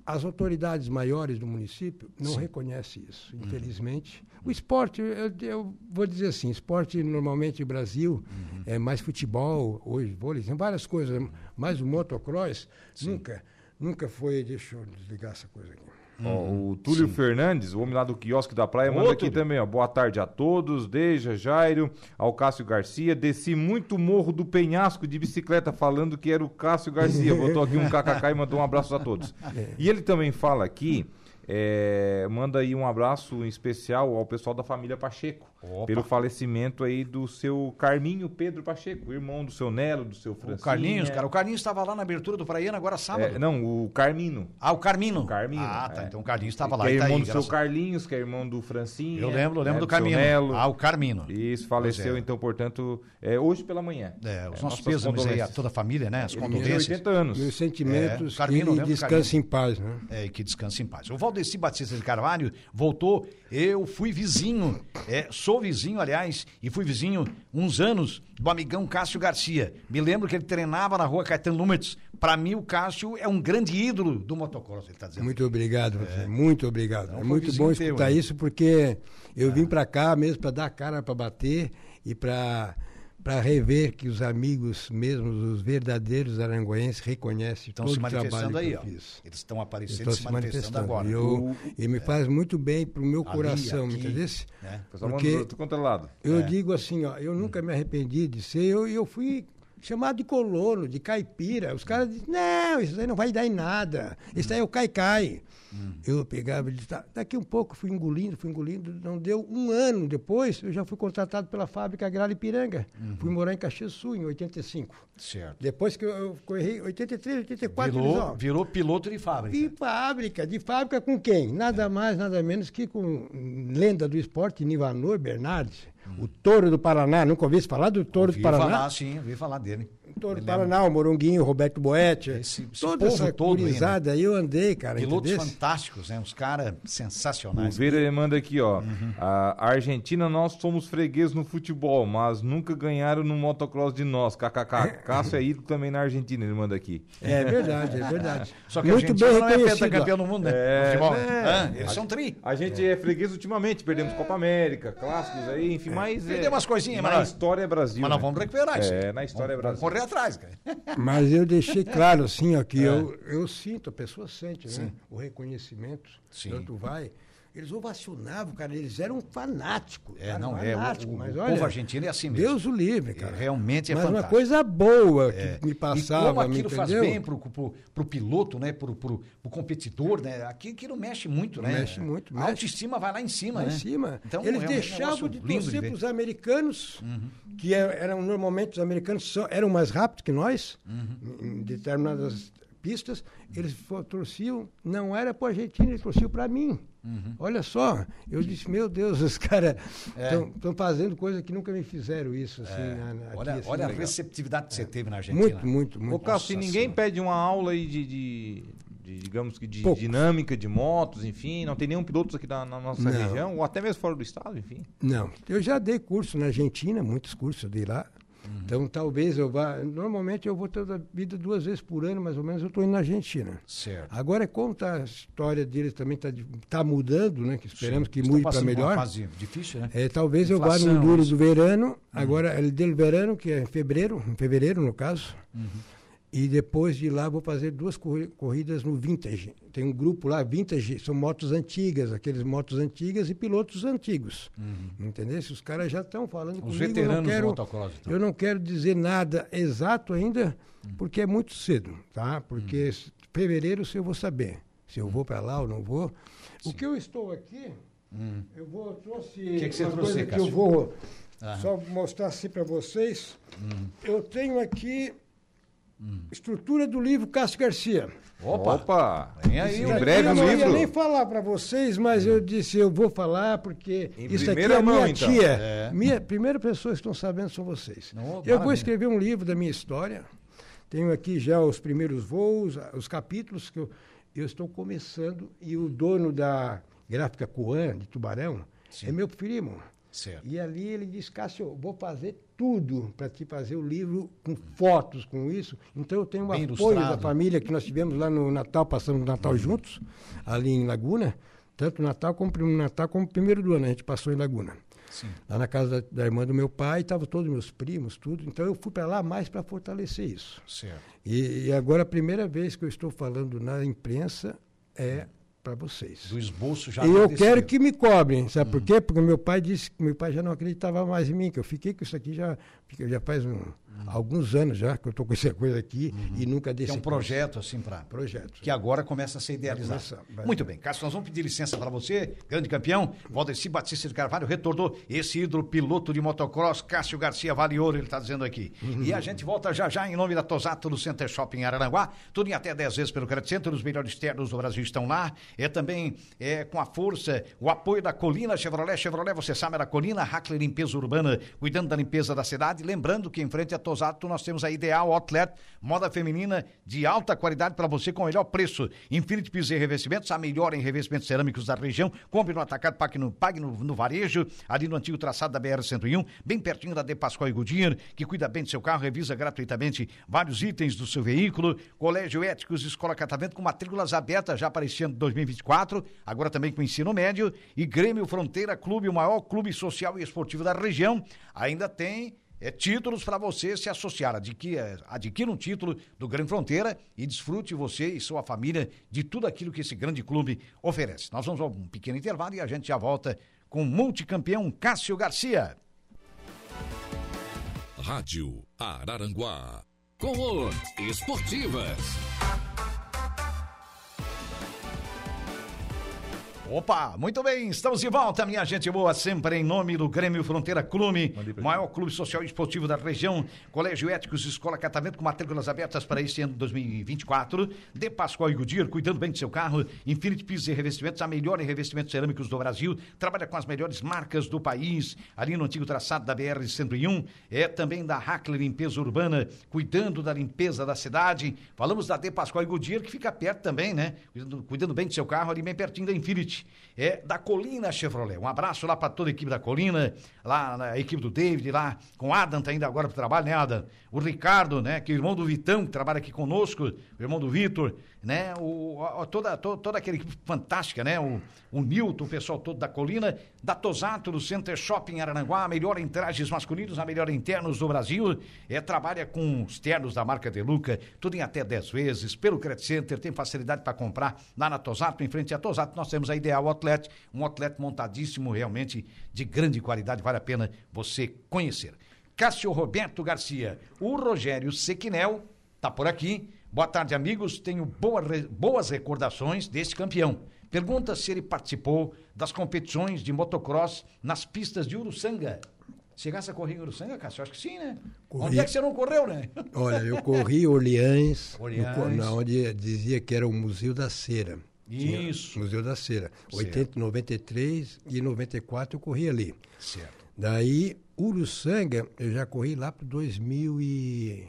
Speaker 2: as autoridades maiores do município não reconhecem isso,
Speaker 1: Uhum.
Speaker 2: infelizmente. O esporte, eu, eu vou dizer assim, esporte normalmente no Brasil
Speaker 1: Uhum.
Speaker 2: é mais futebol, hoje vôlei, tem várias coisas, mas o motocross nunca, nunca foi, deixa eu desligar essa coisa aqui.
Speaker 1: Uhum.
Speaker 3: Ó, o Túlio Fernandes, o homem lá do quiosque da praia, manda aqui também, ó. Boa tarde a todos, Deja, Jairo, ao Cássio Garcia. Desci muito o morro do penhasco de bicicleta, falando que era o Cássio Garcia. Botou aqui um kkk e mandou um abraço a todos. E ele também é, fala aqui, é, manda aí um abraço em especial ao pessoal da família Pacheco.
Speaker 1: Opa.
Speaker 3: pelo falecimento aí do seu Carminho Pedro Pacheco, irmão do seu Nelo, do seu
Speaker 1: O
Speaker 3: Francisco.
Speaker 1: Carlinhos,
Speaker 2: é.
Speaker 1: cara, o Carlinhos estava lá na abertura do Praiana agora sábado.
Speaker 3: É, não, o Carmino.
Speaker 1: Ah, o Carmino.
Speaker 3: O Carmino,
Speaker 1: Ah, tá.
Speaker 3: é.
Speaker 1: Então o Carlinhos estava lá.
Speaker 3: que é
Speaker 1: e tá
Speaker 3: irmão
Speaker 1: aí,
Speaker 3: do
Speaker 1: graças-
Speaker 3: seu Carlinhos, que é irmão do né, Francinho.
Speaker 1: Eu lembro, eu lembro do
Speaker 3: Carmino.
Speaker 1: Carmino. Ah, o Carmino.
Speaker 3: É, Isso, faleceu,
Speaker 1: Pois é.
Speaker 3: então, portanto, é, hoje pela manhã.
Speaker 1: É, os nossos
Speaker 3: nossas
Speaker 1: pêsames aí a
Speaker 3: condolências.
Speaker 1: toda a família, né? As
Speaker 3: Ele tem
Speaker 1: condolências.
Speaker 3: 80 anos.
Speaker 2: Meus sentimentos,
Speaker 1: É, Carmino,
Speaker 2: ele
Speaker 1: lembra,
Speaker 2: descansa em paz, né?
Speaker 1: É, e que descanse em paz. O Valdeci Batista de Carvalho voltou. Eu fui vizinho, é, sou vizinho, aliás, e fui vizinho uns anos do amigão Cássio Garcia. Me lembro que ele treinava na rua Caetano Lumertz. Para mim, o Cássio é um grande ídolo do motocross, ele está dizendo.
Speaker 2: Muito obrigado, Rafael, muito obrigado.
Speaker 1: Então,
Speaker 2: é
Speaker 1: É. foi
Speaker 2: muito
Speaker 1: vizinho
Speaker 2: bom
Speaker 1: teu, Ah.
Speaker 2: escutar
Speaker 1: né?
Speaker 2: isso porque eu vim para cá mesmo para dar a cara para bater e para para rever que os amigos mesmo, os verdadeiros arangoenses reconhecem
Speaker 1: Estão
Speaker 2: todo
Speaker 1: se
Speaker 2: o trabalho
Speaker 1: manifestando aí,
Speaker 2: que
Speaker 1: ó.
Speaker 2: eu fiz.
Speaker 1: Eles estão aparecendo,
Speaker 2: Estão
Speaker 1: se, manifestando, agora. é.
Speaker 2: E, eu- e me faz muito bem pro meu
Speaker 1: Ali,
Speaker 2: coração,
Speaker 1: aqui,
Speaker 2: entendeu?
Speaker 1: né?
Speaker 3: Pessoal,
Speaker 2: Porque-
Speaker 3: mano, do quanto é lado.
Speaker 2: Eu digo assim, ó, eu nunca me arrependi de ser, eu, eu fui chamado de colono, de caipira. Os caras dizem, não, isso aí não vai dar em nada. Isso aí é o caicai. Eu pegava e dizia, daqui um pouco fui engolindo, fui engolindo, não deu um ano depois, eu já fui contratado pela fábrica Agrária Ipiranga. Fui morar em Caxias do Sul, em 85.
Speaker 1: Certo.
Speaker 2: Depois que eu, eu corri, 83, 84, eles, ó,
Speaker 1: Virou, virou piloto de fábrica.
Speaker 2: de fábrica, de fábrica com quem? Nada mais, nada menos que com lenda do esporte, Nivanor Bernardes, o touro do Paraná. Nunca ouvi falar do touro
Speaker 1: Ouvi
Speaker 2: do Paraná?
Speaker 1: falar, sim, ouvi falar dele.
Speaker 2: Touro do
Speaker 1: Me lembro.
Speaker 2: Paraná, o Moronguinho, o Roberto Boetti.
Speaker 1: Esse- esse
Speaker 2: toda
Speaker 1: povo
Speaker 2: essa
Speaker 1: todo aí, né?
Speaker 2: gurizada aí, eu andei, cara.
Speaker 1: é Pilotos
Speaker 2: entendeu?
Speaker 1: fantásticos, né? Uns caras
Speaker 3: O
Speaker 1: sensacionais.
Speaker 3: Vera manda aqui, ó.
Speaker 1: Uhum.
Speaker 3: A Argentina, nós somos fregueses no futebol, mas nunca ganharam no motocross de nós. KKK. Cássio é ídolo também na Argentina, ele manda aqui.
Speaker 2: É verdade, é verdade.
Speaker 1: Só que
Speaker 2: Muito
Speaker 1: a
Speaker 2: bem
Speaker 1: Argentina não é
Speaker 2: reconhecido.
Speaker 1: pentacampeão
Speaker 2: ó.
Speaker 1: do mundo, né?
Speaker 3: É,
Speaker 1: Futebol.
Speaker 3: né?
Speaker 1: Hã? eles são tri.
Speaker 3: A gente é freguês ultimamente, perdemos Copa América, clássicos aí, enfim, mas.
Speaker 1: Perdeu
Speaker 3: é,
Speaker 1: umas coisinhas,
Speaker 3: na
Speaker 1: mas nós-
Speaker 3: história é Brasil.
Speaker 1: Mas nós
Speaker 3: né?
Speaker 1: vamos recuperar isso.
Speaker 3: É, na história é
Speaker 1: Vamos- vamos
Speaker 3: Brasil.
Speaker 1: Correr atrás, cara.
Speaker 2: Mas eu deixei claro, assim, ó, que
Speaker 1: É.
Speaker 2: eu, eu sinto, a pessoa sente, né? O reconhecimento,
Speaker 1: Sim.
Speaker 2: tanto vai. Eles ovacionavam, cara, eles eram fanáticos.
Speaker 1: É,
Speaker 2: cara,
Speaker 1: não, é, o-
Speaker 2: fanático,
Speaker 1: o-
Speaker 2: mas
Speaker 1: o
Speaker 2: olha,
Speaker 1: povo argentino é assim mesmo.
Speaker 2: Deus o livre, cara.
Speaker 1: É, realmente é
Speaker 2: mas
Speaker 1: fantástico.
Speaker 2: uma coisa boa que
Speaker 1: É.
Speaker 2: me
Speaker 1: e como
Speaker 2: passava, me
Speaker 1: aquilo
Speaker 2: entendeu?
Speaker 1: faz bem pro, pro, pro piloto, né? Pro, pro, pro competidor, né? Aquilo, aquilo mexe muito, né?
Speaker 2: Mexe muito,
Speaker 1: A
Speaker 2: mexe.
Speaker 1: autoestima vai lá em cima,
Speaker 2: Lá
Speaker 1: né?
Speaker 2: em cima.
Speaker 1: Então,
Speaker 2: eles
Speaker 1: é um
Speaker 2: deixavam
Speaker 1: negócio
Speaker 2: de
Speaker 1: lindo
Speaker 2: torcer
Speaker 1: ver. Uhum.
Speaker 2: para os americanos, que é- eram normalmente os americanos só- eram mais rápidos que nós,
Speaker 1: Uhum.
Speaker 2: em em determinadas pistas. Eles fo- torciam, não era para a Argentina, eles torciam para mim.
Speaker 1: Uhum.
Speaker 2: Olha só, eu disse, meu Deus, os caras
Speaker 1: É.
Speaker 2: estão fazendo coisa que nunca me fizeram isso. Assim, na- na- aqui,
Speaker 1: Olha,
Speaker 2: assim,
Speaker 1: olha a
Speaker 2: legal. É.
Speaker 1: receptividade que você teve na Argentina.
Speaker 2: Muito, muito, muito.
Speaker 3: Ô, Cássio, se
Speaker 1: Nossa
Speaker 3: ninguém
Speaker 1: Senhora.
Speaker 3: pede uma aula aí de, de- de, digamos que, de
Speaker 2: Poucos.
Speaker 3: dinâmica de motos, enfim, não tem nenhum piloto aqui da- na, nossa
Speaker 2: Não.
Speaker 3: região, ou até mesmo fora do estado, enfim.
Speaker 2: Não, eu já dei curso na Argentina, muitos cursos eu dei lá.
Speaker 1: Uhum.
Speaker 2: Então talvez eu vá. Normalmente eu vou toda vida duas vezes por ano, mais ou menos, eu estou indo na Argentina.
Speaker 1: Certo.
Speaker 2: Agora, como tá a história deles também está tá mudando, né? Que esperamos que
Speaker 1: Estão
Speaker 2: mude para
Speaker 1: passando por Uma
Speaker 2: melhor.
Speaker 1: fase difícil, né?
Speaker 2: É, talvez eu vá
Speaker 1: Inflação,
Speaker 2: no duro
Speaker 1: isso. Uhum.
Speaker 2: do verano, agora el del verano, que é em fevereiro, em fevereiro no caso.
Speaker 1: Uhum.
Speaker 2: E depois de lá vou fazer duas corri- corridas no vintage. Tem um grupo lá, vintage, são motos antigas, aqueles motos antigas e pilotos antigos. Entendeu? Os caras já estão falando
Speaker 1: Uhum. Os
Speaker 2: comigo, eu não
Speaker 1: veteranos do
Speaker 2: quero
Speaker 1: motocross. então. Uhum.
Speaker 2: eu não quero dizer nada exato ainda, porque é muito cedo, tá? Porque s- fevereiro se eu vou saber se
Speaker 1: Uhum.
Speaker 2: eu vou para lá ou não vou. O que eu estou aqui, eu vou eu trouxe
Speaker 1: Que que você
Speaker 2: uma
Speaker 1: trouxe,
Speaker 2: coisa que
Speaker 1: Cássio? Ah.
Speaker 2: eu vou só mostrar assim para vocês.
Speaker 1: Hum.
Speaker 2: Eu tenho aqui estrutura do livro Cássio Garcia.
Speaker 1: Opa! Vem aí,
Speaker 3: em
Speaker 1: o-
Speaker 3: breve
Speaker 2: eu
Speaker 3: um
Speaker 2: não ia nem
Speaker 3: livro.
Speaker 2: falar para vocês, mas eu disse, eu vou falar, porque
Speaker 3: Em
Speaker 2: isso aqui
Speaker 3: primeira
Speaker 2: é
Speaker 3: mão,
Speaker 2: minha
Speaker 3: então.
Speaker 2: tia.
Speaker 1: É.
Speaker 2: Minha primeira pessoa que estão sabendo são vocês.
Speaker 1: Não,
Speaker 2: eu
Speaker 1: maravilha.
Speaker 2: vou escrever um livro da minha história. Tenho aqui já os primeiros voos, a- os capítulos que eu, eu estou começando. E o dono da gráfica Coan, de Tubarão,
Speaker 1: Sim.
Speaker 2: é meu primo.
Speaker 1: Certo.
Speaker 2: E ali ele disse, Cássio, eu vou fazer tudo para te fazer o livro com fotos, com isso. Então eu tenho um
Speaker 1: Bem
Speaker 2: apoio da
Speaker 1: ilustrado.
Speaker 2: família que nós tivemos lá no Natal, passamos o Natal juntos, ali em Laguna. Tanto o Natal como o primeiro Natal como o primeiro do ano, a gente passou em Laguna.
Speaker 1: Sim.
Speaker 2: Lá na casa da, da irmã do meu pai, estavam todos meus primos, tudo. Então eu fui para lá mais para fortalecer isso.
Speaker 1: Certo.
Speaker 2: E, e agora a primeira vez que eu estou falando na imprensa é para vocês.
Speaker 1: Do esboço já.
Speaker 2: E eu
Speaker 1: desse
Speaker 2: quero
Speaker 1: livro. Hum.
Speaker 2: que me cobrem, sabe por quê? Porque meu pai disse que meu pai já não acreditava mais em mim, que eu fiquei com isso aqui já Fica- Já faz
Speaker 1: Hum.
Speaker 2: um- alguns anos já que eu estou com essa coisa aqui e nunca dei
Speaker 1: Que é um
Speaker 2: sequência.
Speaker 1: projeto assim para
Speaker 2: Projeto.
Speaker 1: que agora começa a ser idealizado.
Speaker 2: Vai começar, vai.
Speaker 1: Muito bem, Cássio, nós vamos pedir licença para você, grande campeão, Valdeci Batista de Carvalho retornou esse ídolo piloto de motocross, Cássio Garcia Vale Ouro, ele está dizendo aqui. E a gente volta já já em nome da Tosato no Center Shopping em Araranguá, tudo em até 10 vezes pelo crédito centro, os melhores ternos do Brasil estão lá, é também é, com a força, o apoio da Colina Chevrolet, Chevrolet, você sabe, é da Colina, Hackler Limpeza Urbana, cuidando da limpeza da cidade, lembrando que em frente a Tosato nós temos a Ideal Outlet, moda feminina de alta qualidade para você com o melhor preço. Infinity Pisos e Revestimentos, a melhor em revestimentos cerâmicos da região. Compre no atacado, pague no, pague no, no varejo, ali no antigo traçado da BR-101, bem pertinho da De Pascoal e Goodyear, que cuida bem do seu carro, revisa gratuitamente vários itens do seu veículo. Colégio Éticos, Escola Catavento, com matrículas abertas já para este ano de 2024, agora também com ensino médio. E Grêmio Fronteira Clube, o maior clube social e esportivo da região. Ainda tem é títulos para você se associar. Adquira, adquira um título do Grande Fronteira e desfrute você e sua família de tudo aquilo que esse grande clube oferece. Nós vamos a um pequeno intervalo e a gente já volta com o multicampeão Cássio Garcia.
Speaker 4: Rádio Araranguá. Com o Esportivas.
Speaker 1: Opa, muito bem, estamos de volta, minha gente boa, sempre em nome do Grêmio Fronteira Clube,
Speaker 3: pra
Speaker 1: maior clube social e esportivo da região, Colégio Éticos, Escola Catavento, com matrículas abertas para este ano de 2024, De Pascoal e Goodyear, cuidando bem do seu carro, Infinity Pisos e Revestimentos, a melhor em revestimentos cerâmicos do Brasil, trabalha com as melhores marcas do país, ali no antigo traçado da BR-101, é também da Hackler Limpeza Urbana, cuidando da limpeza da cidade, falamos da De Pascoal e Goodyear, que fica perto também, né? Cuidando, cuidando bem do seu carro, ali bem pertinho da Infinity, é da Colina Chevrolet. Um abraço lá para toda a equipe da Colina, lá na equipe do David, lá com o Adam tá ainda agora pro trabalho, né, Adam? O Ricardo, né, que é o irmão do Vitão, que trabalha aqui conosco, o irmão do Vitor, né? O, a- a- toda, to- toda aquela equipe fantástica, né? O, o Nilton, o pessoal todo da Colina, da Tosato, do Center Shopping Arananguá, a melhor em trajes masculinos, a melhor em ternos do Brasil, é, trabalha com os ternos da marca Deluca, tudo em até 10 vezes, pelo Credit Center, tem facilidade para comprar lá na Tosato, em frente à Tosato, nós temos a Ideal Outlet, um outlet montadíssimo, realmente de grande qualidade, vale a pena você conhecer. Cássio Roberto Garcia, o Rogério Sequinel está por aqui. Boa tarde, amigos. Tenho boa re- boas recordações desse campeão. Pergunta se ele participou das competições de motocross nas pistas de Uruçanga. Chegasse a correr em Uruçanga, Cássio? Acho que sim, né?
Speaker 2: Corri.
Speaker 1: Onde é que você não correu, né?
Speaker 2: Olha, eu corri Orleans, no
Speaker 1: Orleans.
Speaker 2: co- na onde dizia que era o Museu da Cera. Tinha
Speaker 1: Isso.
Speaker 2: Museu da Cera.
Speaker 1: Certo.
Speaker 2: 80, 93 e 94 eu corri ali.
Speaker 1: Certo.
Speaker 2: Daí, Uruçanga, eu já corri lá para 2000 e...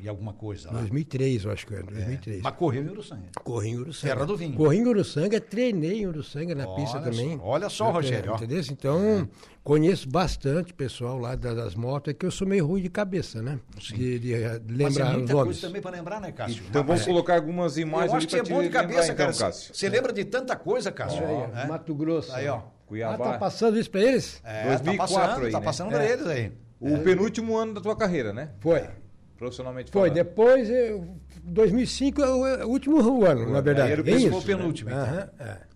Speaker 1: E alguma coisa lá.
Speaker 2: 2003, eu acho que é, era, 2003.
Speaker 1: Mas correu em Uruçanga.
Speaker 2: Corri em Uruçanga.
Speaker 1: Terra do vinho.
Speaker 2: Corri em Uruçanga, treinei em Uruçanga na
Speaker 1: Olha
Speaker 2: pista
Speaker 1: só,
Speaker 2: também.
Speaker 1: olha só,
Speaker 2: Eu,
Speaker 1: Rogério, ó. Uhum.
Speaker 2: Entendeu? Então, conheço bastante pessoal lá da- das motos, é que eu sou meio ruim de cabeça, né? De, de,
Speaker 1: Mas
Speaker 2: eh,
Speaker 1: é
Speaker 2: lembrar os
Speaker 1: muita
Speaker 2: nomes.
Speaker 1: coisa também para lembrar, né, Cássio?
Speaker 3: Então vamos colocar algumas imagens
Speaker 1: Eu
Speaker 3: ali
Speaker 1: acho que você é
Speaker 3: pra te
Speaker 1: bom de
Speaker 3: lembrar,
Speaker 1: cabeça, cara. Ah,
Speaker 3: Então, Cássio.
Speaker 1: Você lembra de tanta coisa, Cássio?
Speaker 2: Olha aí,
Speaker 1: né?
Speaker 2: Mato Grosso.
Speaker 1: Aí, ó.
Speaker 2: Ah,
Speaker 3: Cuiabá.
Speaker 2: tá passando isso pra eles?
Speaker 1: É,
Speaker 3: 2004
Speaker 1: tá passando,
Speaker 3: aí,
Speaker 1: tá
Speaker 3: né?
Speaker 1: passando pra
Speaker 3: É.
Speaker 1: eles aí.
Speaker 3: O penúltimo ano da tua carreira, né?
Speaker 2: Foi.
Speaker 1: É,
Speaker 3: Profissionalmente
Speaker 2: Foi.
Speaker 3: falando.
Speaker 2: Depois, eu, 2005 é o é o último ano, na verdade.
Speaker 3: era o
Speaker 2: É
Speaker 3: que
Speaker 1: Esse
Speaker 2: isso?
Speaker 1: foi o penúltimo. então.
Speaker 2: Aham, é.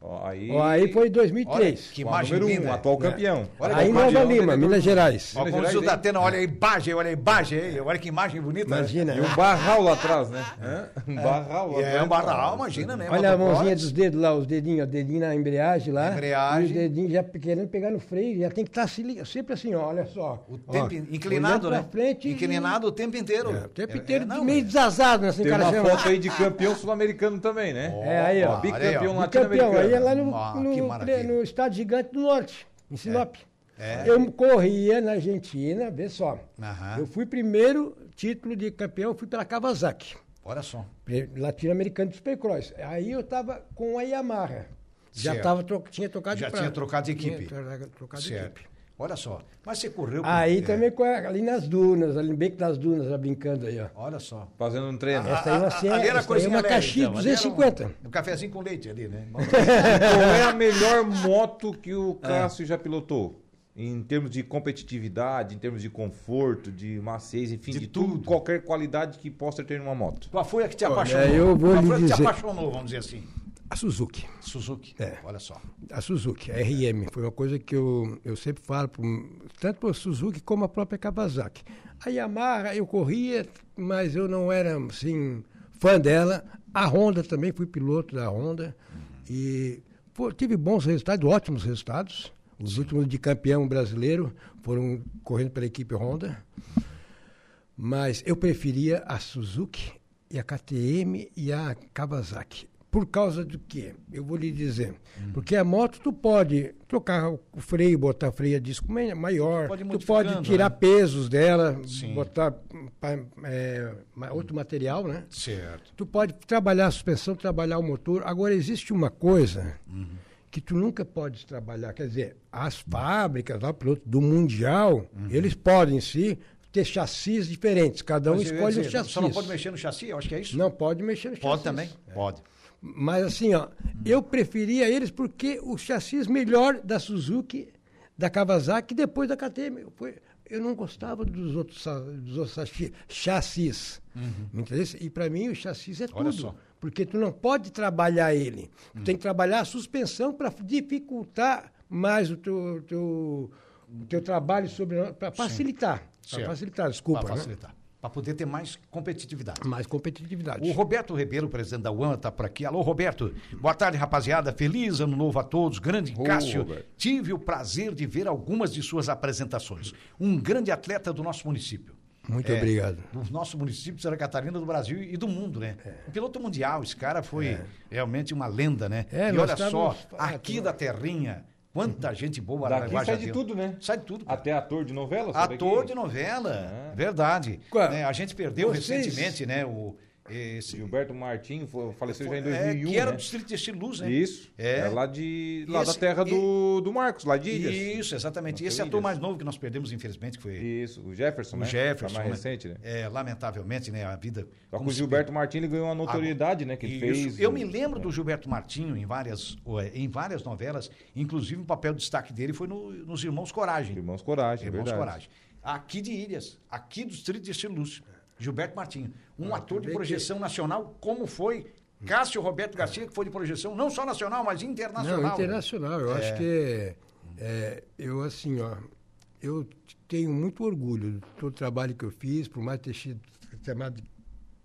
Speaker 3: Ó, aí...
Speaker 2: Ó, Aí foi
Speaker 1: Olha
Speaker 2: 2003.
Speaker 1: que
Speaker 3: Ó,
Speaker 1: imagem
Speaker 3: número
Speaker 1: linda.
Speaker 3: um, atual campeão.
Speaker 1: Olha
Speaker 2: aí
Speaker 1: que
Speaker 2: em
Speaker 1: imagem,
Speaker 2: Nova
Speaker 1: ó,
Speaker 2: Lima,
Speaker 3: vendedor.
Speaker 2: Minas Gerais.
Speaker 1: Ó, como
Speaker 3: Minas
Speaker 1: diz o
Speaker 3: Gerais,
Speaker 1: Datena, olha a imagem, olha a imagem aí. Olha que imagem bonita. né?
Speaker 2: Imagina.
Speaker 3: E um barral lá atrás, né? Hã? Um barral lá
Speaker 1: E É
Speaker 3: atrás.
Speaker 1: um barral, imagina, né?
Speaker 2: Olha a
Speaker 1: Motocross.
Speaker 2: mãozinha dos dedos lá, os dedinhos, o dedinho na embreagem lá.
Speaker 1: Embreagem.
Speaker 2: E os dedinhos já querendo pegar no freio, já tem que estar sempre assim, ó, olha só.
Speaker 1: O tempo
Speaker 2: Ó,
Speaker 1: inclinado,
Speaker 2: olhando pra
Speaker 1: né?
Speaker 2: Frente e-
Speaker 1: Inclinado o tempo inteiro.
Speaker 2: É, o tempo
Speaker 1: É,
Speaker 2: inteiro
Speaker 1: é,
Speaker 2: de
Speaker 1: não,
Speaker 2: meio desazado, né? Assim,
Speaker 3: Tem
Speaker 2: o cara
Speaker 3: uma
Speaker 2: chama.
Speaker 3: foto aí de campeão sul-americano também, né?
Speaker 2: É, aí, ó.
Speaker 1: Olha
Speaker 3: Bicampeão
Speaker 1: aí, ó.
Speaker 2: Campeão,
Speaker 3: latino-americano.
Speaker 2: aí é lá no,
Speaker 1: Ah,
Speaker 2: no-
Speaker 1: que maravilha.
Speaker 2: no estado gigante do norte, em Sinop.
Speaker 1: É.
Speaker 2: Eu corria na Argentina, vê só.
Speaker 1: Aham.
Speaker 2: Eu fui primeiro título de campeão, fui pela Kawasaki.
Speaker 1: Olha só.
Speaker 2: Pre- latino-americano de Supercross. Aí eu estava com a Yamaha. Já
Speaker 1: Certo.
Speaker 2: tava tro- tinha trocado de
Speaker 1: Já
Speaker 2: prata.
Speaker 1: tinha trocado de
Speaker 2: Tinha
Speaker 1: equipe.
Speaker 2: tro- trocado de
Speaker 1: Certo.
Speaker 2: equipe.
Speaker 1: Olha só. Mas você correu. com-
Speaker 2: Aí
Speaker 1: é,
Speaker 2: também com a- ali nas dunas, ali bem que nas dunas, já brincando aí, ó.
Speaker 1: Olha só.
Speaker 3: Fazendo um treino.
Speaker 1: Ah.
Speaker 2: Essa aí
Speaker 1: A- a- ali
Speaker 2: você,
Speaker 1: era
Speaker 2: essa aí é
Speaker 1: coisinha
Speaker 2: uma
Speaker 1: leve,
Speaker 2: caixinha de
Speaker 1: então, ali era
Speaker 2: 250.
Speaker 1: Um, um cafezinho com leite ali, né?
Speaker 3: Qual é a melhor moto que o
Speaker 1: É.
Speaker 3: Cássio já pilotou? Em termos de competitividade, em termos de conforto, de maciez, enfim,
Speaker 1: De
Speaker 3: de, tudo,
Speaker 1: tudo.
Speaker 3: qualquer qualidade que possa ter numa moto.
Speaker 1: Qual foi a que te apaixonou?
Speaker 2: eu vou
Speaker 1: Qual
Speaker 2: lhe
Speaker 1: foi a que te
Speaker 2: dizer.
Speaker 1: apaixonou, vamos dizer assim?
Speaker 2: A Suzuki.
Speaker 1: Suzuki.
Speaker 2: É.
Speaker 1: Olha só.
Speaker 2: A Suzuki, a RM, foi uma coisa que eu, eu sempre falo, pro, tanto para a Suzuki como a própria Kawasaki. A Yamaha eu corria, mas eu não era assim, fã dela. A Honda também, fui piloto da Honda. E pô, tive bons resultados, ótimos resultados. Os últimos de campeão brasileiro foram correndo pela equipe Honda. Mas eu preferia a Suzuki e a KTM e a Kawasaki. Por causa do quê? Eu vou lhe dizer.
Speaker 1: Hum.
Speaker 2: Porque a moto tu pode trocar o freio, botar freio a disco mai- maior,
Speaker 1: Pode ir
Speaker 2: tu pode
Speaker 1: modificando,
Speaker 2: tirar
Speaker 1: né?
Speaker 2: pesos dela,
Speaker 1: Sim.
Speaker 2: botar hum, pa- é, ma- outro material, né?
Speaker 1: Certo.
Speaker 2: Tu pode trabalhar a suspensão, trabalhar o motor. Agora, existe uma coisa que tu nunca pode trabalhar. Quer dizer, as fábricas lá, piloto do Mundial,
Speaker 1: Uhum.
Speaker 2: eles podem sim ter chassis diferentes. Cada um
Speaker 1: Mas eu ia
Speaker 2: escolhe
Speaker 1: dizer,
Speaker 2: o chassi.
Speaker 1: Só não pode mexer no chassi, eu acho que é isso?
Speaker 2: Não pode mexer no chassi. É.
Speaker 1: Pode também? Pode.
Speaker 2: Mas assim, ó, eu preferia eles porque o chassis melhor da Suzuki, da Kawasaki e depois da KTM. Foi- eu não gostava dos outros, sa- dos outros chassi- chassis. Entendeu? E para mim o chassis é
Speaker 1: Uhum. Olha
Speaker 2: tudo.
Speaker 1: só. Uhum.
Speaker 2: Porque tu não pode trabalhar ele. Tu tem que trabalhar a suspensão para dificultar mais o teu, teu, o teu trabalho sobre. para facilitar. Para
Speaker 1: Certo.
Speaker 2: facilitar, desculpa.
Speaker 1: Para
Speaker 2: né?
Speaker 1: facilitar. Para poder ter mais competitividade.
Speaker 2: Mais competitividade.
Speaker 1: O Roberto Ribeiro, presidente da UAN, está por aqui. Alô, Roberto. Boa tarde, rapaziada. Feliz ano novo a todos. Grande
Speaker 3: Ô,
Speaker 1: Cássio.
Speaker 3: Roberto.
Speaker 1: Tive o prazer de ver algumas de suas apresentações. Um grande atleta do nosso município.
Speaker 2: Muito
Speaker 1: É.
Speaker 2: obrigado.
Speaker 1: Do nosso município de Santa Catarina, do Brasil e do mundo, né? Piloto mundial, esse cara foi realmente uma lenda, né?
Speaker 2: É,
Speaker 1: e
Speaker 2: nós
Speaker 1: olha só,
Speaker 2: estávamos-
Speaker 1: aqui da terrinha, quanta gente boa
Speaker 3: Daqui
Speaker 1: vai
Speaker 3: sai
Speaker 1: já
Speaker 3: de
Speaker 1: deu.
Speaker 3: tudo, né?
Speaker 1: Uhum. Sai de tudo, cara.
Speaker 3: Até ator de novela? sabe
Speaker 1: Ator
Speaker 3: aqui?
Speaker 1: de novela, verdade.
Speaker 2: Ué,
Speaker 1: Né, a gente perdeu
Speaker 2: vocês-
Speaker 1: recentemente, né? O, esse,
Speaker 3: Gilberto Martins foi- faleceu já em
Speaker 1: é,
Speaker 3: 2001,
Speaker 1: que era
Speaker 3: né?
Speaker 1: do Distrito de Estiluz, né?
Speaker 3: Isso.
Speaker 1: É.
Speaker 3: É lá de lá
Speaker 1: Esse-
Speaker 3: da terra do, do Marcos, lá de Ilhas.
Speaker 1: Isso, exatamente.
Speaker 3: Nasceu
Speaker 1: Esse
Speaker 3: em
Speaker 1: ator
Speaker 3: Ilhas.
Speaker 1: mais novo que nós perdemos, infelizmente, que foi
Speaker 3: Isso, o Jefferson,
Speaker 1: o
Speaker 3: né?
Speaker 1: Jefferson.
Speaker 3: Tá mais
Speaker 1: né?
Speaker 3: recente, né?
Speaker 1: É, lamentavelmente, né? A vida.
Speaker 3: Só que
Speaker 1: como
Speaker 3: o
Speaker 1: se-
Speaker 3: Gilberto Martins ele ganhou uma notoriedade, né? Que é. ele
Speaker 1: Isso.
Speaker 3: fez.
Speaker 1: Eu
Speaker 3: o-
Speaker 1: me lembro do Gilberto Martinho em várias, ué, em várias novelas, inclusive o papel de destaque dele foi no- nos Irmãos Coragem.
Speaker 3: Irmãos Coragem, é
Speaker 1: Irmãos
Speaker 3: verdade.
Speaker 1: Coragem. Aqui de Ilhas, aqui do Distrito de Estilúcio, Gilberto Martinho. Um ator de
Speaker 2: vê
Speaker 1: projeção nacional, como foi Cássio Roberto Garcia, que foi de projeção Ah. não só nacional, né? mas internacional.
Speaker 2: Não, internacional. Eu acho que é, eu assim, ó, eu tenho muito orgulho do todo o trabalho que eu fiz, por mais ter sido chamado de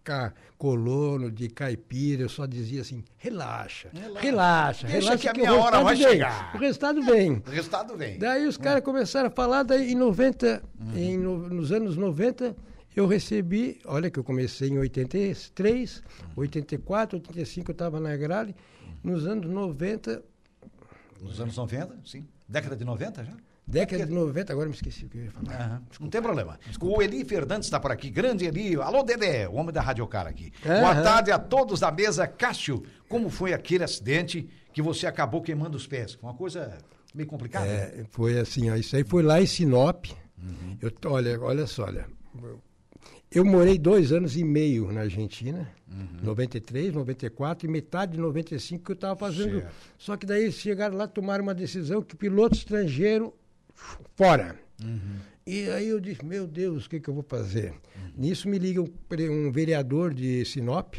Speaker 2: ca- colono, de caipira, eu só dizia assim, relaxa, relaxa, relaxa,
Speaker 1: Deixa que a
Speaker 2: o
Speaker 1: minha hora
Speaker 2: resultado
Speaker 1: vai
Speaker 2: vem,
Speaker 1: chegar." É.
Speaker 2: O resultado vem.
Speaker 1: O resultado vem.
Speaker 2: Daí os caras começaram a falar, daí em 90,
Speaker 1: Uhum.
Speaker 2: em no- nos anos 90, eu recebi, olha que eu comecei em 83,
Speaker 1: Uhum.
Speaker 2: 84, 85 eu estava na grade, nos anos 90,
Speaker 1: Nos anos 90, sim. Década de 90 já?
Speaker 2: década de 90, agora me esqueci o que eu ia falar.
Speaker 1: Não tem problema. O Eli Fernandes está por aqui. Grande Eli. Alô, Dedé, o homem da Rádio Cara aqui.
Speaker 2: Aham.
Speaker 1: Boa tarde a todos da mesa. Cássio, como foi aquele acidente que você acabou queimando os pés? Uma coisa meio complicada. né?
Speaker 2: É, foi assim, ó, isso aí foi lá em Sinop. Eu, t- olha, olha só, olha. Eu morei dois anos e meio na Argentina, 93, 94, e metade de 95 que eu estava fazendo.
Speaker 1: Certo.
Speaker 2: Só que daí eles chegaram lá, tomaram uma decisão que piloto estrangeiro f- fora. E aí eu disse, meu Deus, o que, que eu vou fazer? Nisso me liga um, pre- um vereador de Sinop,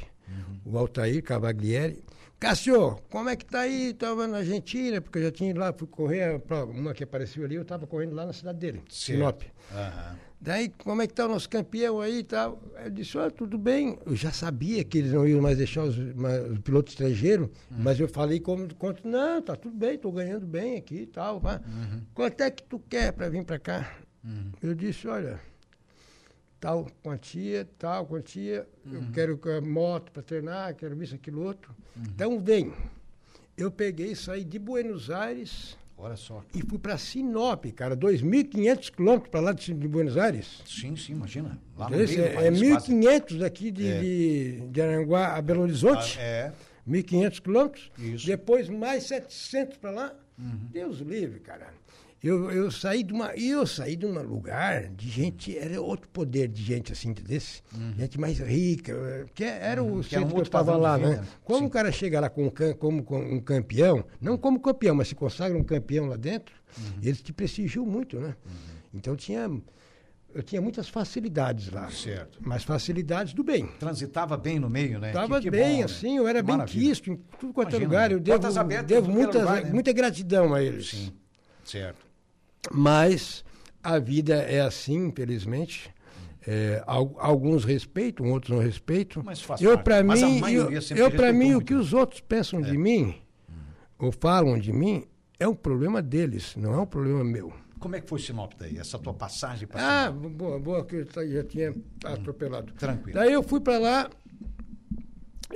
Speaker 2: o Altair Cavaglieri. Cássio, como é que tá aí? Estava na Argentina, porque eu já tinha ido lá, fui correr, a prova. uma que apareceu ali, eu estava correndo lá na cidade dele,
Speaker 1: Certo.
Speaker 2: Sinop.
Speaker 1: Aham.
Speaker 2: Daí, como é que tá o nosso campeão aí e tal? Eu disse, ó, tudo bem. Eu já sabia que eles não iam mais deixar os, ma- o piloto estrangeiro, mas eu falei como quanto, não, tá tudo bem, tô ganhando bem aqui e tal. vá. Quanto é que tu quer para vir para cá? Eu disse, olha, tal quantia, tal quantia, eu quero que a moto para treinar, quero isso, aquilo, outro. Então vem. Eu peguei e saí de Buenos Aires
Speaker 1: Olha só.
Speaker 2: e fui para Sinop, cara, 2.500 quilômetros para lá de de Buenos Aires.
Speaker 1: Sim, sim, imagina. Lá Tá no
Speaker 2: Esse
Speaker 1: meio do
Speaker 2: é, é
Speaker 1: país, quase.
Speaker 2: 1.500 daqui de,
Speaker 1: É.
Speaker 2: de, de Aranguá a Belo
Speaker 1: Ah,
Speaker 2: Horizonte,
Speaker 1: É,
Speaker 2: 1.500 quilômetros,
Speaker 1: Isso. Uhum.
Speaker 2: depois mais 700 para lá. Deus livre, cara. Eu, eu saí de uma e eu saí de um lugar de gente era outro poder de gente assim desse gente mais rica eh, que era o
Speaker 1: Uhum. que era um
Speaker 2: centro que eu
Speaker 1: outro
Speaker 2: estava
Speaker 1: padrão de
Speaker 2: lá
Speaker 1: vida, né?
Speaker 2: né como
Speaker 1: Sim.
Speaker 2: o cara chega lá com um, cam- como com um campeão não como campeão mas se
Speaker 1: Uhum.
Speaker 2: consagra um campeão lá dentro eles te prestigiam muito né então tinha eu tinha muitas facilidades lá.
Speaker 1: Tá Certo.
Speaker 2: Mas facilidades do bem.
Speaker 1: Transitava bem no meio, né?
Speaker 2: Estava
Speaker 1: Que- que
Speaker 2: bem,
Speaker 1: bom,
Speaker 2: assim,
Speaker 1: né?
Speaker 2: eu era
Speaker 1: Que
Speaker 2: bem
Speaker 1: maravilha.
Speaker 2: quisto em tudo quanto
Speaker 1: Imagina,
Speaker 2: é lugar. Eu devo,
Speaker 1: portas abertas em
Speaker 2: devo
Speaker 1: tudo que era
Speaker 2: muitas,
Speaker 1: lugar, né?
Speaker 2: muita gratidão a eles.
Speaker 1: Sim. Certo.
Speaker 2: Mas a vida é assim, infelizmente. É, al- alguns respeitam, outros não respeitam.
Speaker 1: Mas faz
Speaker 2: eu
Speaker 1: parte.
Speaker 2: para
Speaker 1: Mas a
Speaker 2: mim, eu,
Speaker 1: maioria sempre
Speaker 2: eu para
Speaker 1: respeitou
Speaker 2: mim o
Speaker 1: muito,
Speaker 2: que
Speaker 1: né?
Speaker 2: os outros pensam de mim ou falam de mim é um problema deles, não é um problema meu.
Speaker 1: Como é que foi Sinop daí? Essa tua passagem para
Speaker 2: Ah, boa, boa, que eu tá- já tinha atropelado.
Speaker 1: Tranquilo.
Speaker 2: Daí eu fui para lá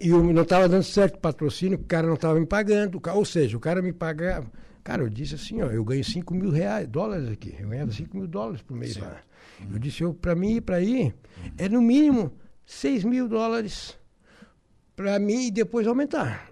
Speaker 2: e eu não estava dando certo o patrocínio, o cara não estava me pagando, o ca- ou seja, o cara me pagava. Cara, eu disse assim, ó, eu ganho 5 mil reais, dólares aqui, eu ganhava 5 mil dólares por mês lá. Eu disse, eu, para mim ir para aí, é no mínimo 6 mil dólares para mim e depois aumentar.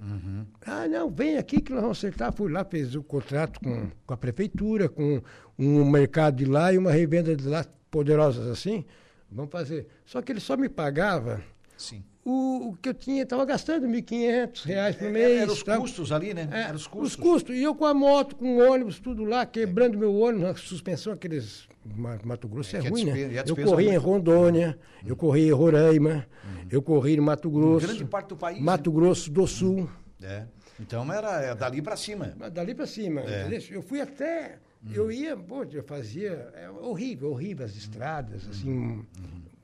Speaker 2: Ah, não, vem aqui que nós vamos acertar. Fui lá, fez o contrato com, com a prefeitura, com um mercado de lá e uma revenda de lá, poderosas assim. Vamos fazer. Só que ele só me pagava
Speaker 1: Sim.
Speaker 2: Tá o, o que eu tinha, estava gastando R$ 1.500 reais por mês.
Speaker 1: É, Era, era os
Speaker 2: tal.
Speaker 1: custos ali, né?
Speaker 2: É,
Speaker 1: Era os custos.
Speaker 2: E eu com a moto, com o ônibus, tudo lá, quebrando meu ônibus, a suspensão, aqueles. Ma- Mato Grosso é,
Speaker 1: que a
Speaker 2: ruim,
Speaker 1: despe- e a
Speaker 2: né? Eu
Speaker 1: despesa é
Speaker 2: corri em
Speaker 1: aumenta.
Speaker 2: Rondônia, eu corri em Roraima, eu corri no Mato Grosso.
Speaker 1: grande parte do país, né?
Speaker 2: Mato Grosso do Sul.
Speaker 1: É. Então era é, dali para cima. É.
Speaker 2: Mas Dali para cima, entendeu? Eu fui até. Eu ia, pô, eu fazia. É horrível, horrível as estradas, assim.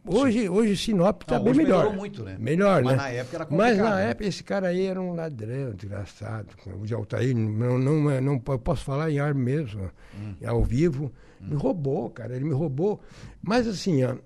Speaker 2: Hoje, hoje Sinop está
Speaker 1: Uhum. Não,
Speaker 2: bem
Speaker 1: hoje
Speaker 2: melhor.
Speaker 1: melhorou muito, né?
Speaker 2: Melhor,
Speaker 1: Mas
Speaker 2: né?
Speaker 1: na época era
Speaker 2: Mas
Speaker 1: complicado,
Speaker 2: na
Speaker 1: né?
Speaker 2: época esse cara aí era um ladrão, desgraçado. O de Altair, não, não, é- não, po- posso falar em ar mesmo,
Speaker 1: Hum.
Speaker 2: ao vivo. Me roubou, cara, ele me roubou. Mas assim, ó,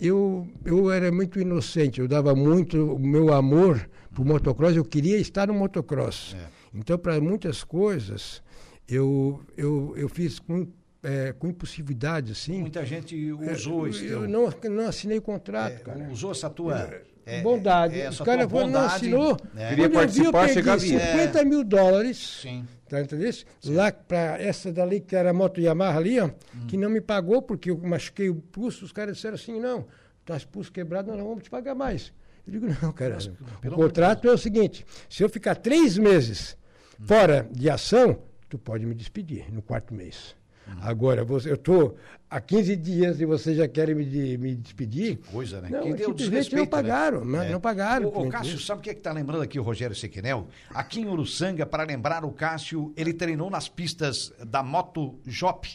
Speaker 2: eu, eu era muito inocente, eu dava muito o meu amor pro motocross, eu queria estar no motocross.
Speaker 1: É.
Speaker 2: Então, para muitas coisas, eu, eu, eu fiz com, eh, com impulsividade, assim.
Speaker 1: Muita gente usou esse
Speaker 2: eu
Speaker 1: teu-
Speaker 2: não, não assinei contrato,
Speaker 1: então. é,
Speaker 2: cara.
Speaker 1: usou essa tua é,
Speaker 2: bondade.
Speaker 1: é,
Speaker 2: os
Speaker 1: essa
Speaker 2: o cara
Speaker 1: tua
Speaker 2: falou, não
Speaker 1: bondade,
Speaker 2: assinou.
Speaker 1: né?
Speaker 3: Queria
Speaker 2: Quando eu vi, eu
Speaker 3: participar,
Speaker 2: perdi
Speaker 3: chegava ali.
Speaker 2: 50 mil dólares.
Speaker 1: Sim.
Speaker 2: Tá entendendo? Lá para essa dali que era a moto Yamaha ali, ó, que não me pagou porque eu machuquei o pulso, os caras disseram assim, não, tá com o pulso quebrado, nós não vamos te pagar mais. Eu digo, não, cara, o
Speaker 1: pelo amor de
Speaker 2: contrato é o seguinte, se eu ficar três meses fora de ação, tu pode me despedir no quarto mês.
Speaker 1: Hum.
Speaker 2: Agora, você, eu estou há 15 dias e vocês já querem me, de- me despedir?
Speaker 1: Que coisa, né?
Speaker 2: Não, é
Speaker 1: que deu
Speaker 2: simplesmente
Speaker 1: desrespeito.
Speaker 2: não pagaram,
Speaker 1: né?
Speaker 2: não,
Speaker 1: É.
Speaker 2: não pagaram.
Speaker 1: O,
Speaker 2: tu
Speaker 1: Cássio,
Speaker 2: entendeu?
Speaker 1: sabe o que é que tá lembrando aqui o Rogério Sequinel? Aqui em Uruçanga, para lembrar o Cássio, ele treinou nas pistas da Moto Jop,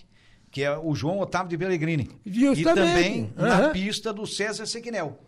Speaker 1: que é o João Otávio de Pellegrini. E também
Speaker 2: Justamente,
Speaker 1: na
Speaker 2: aham.
Speaker 1: pista do César Sequinel.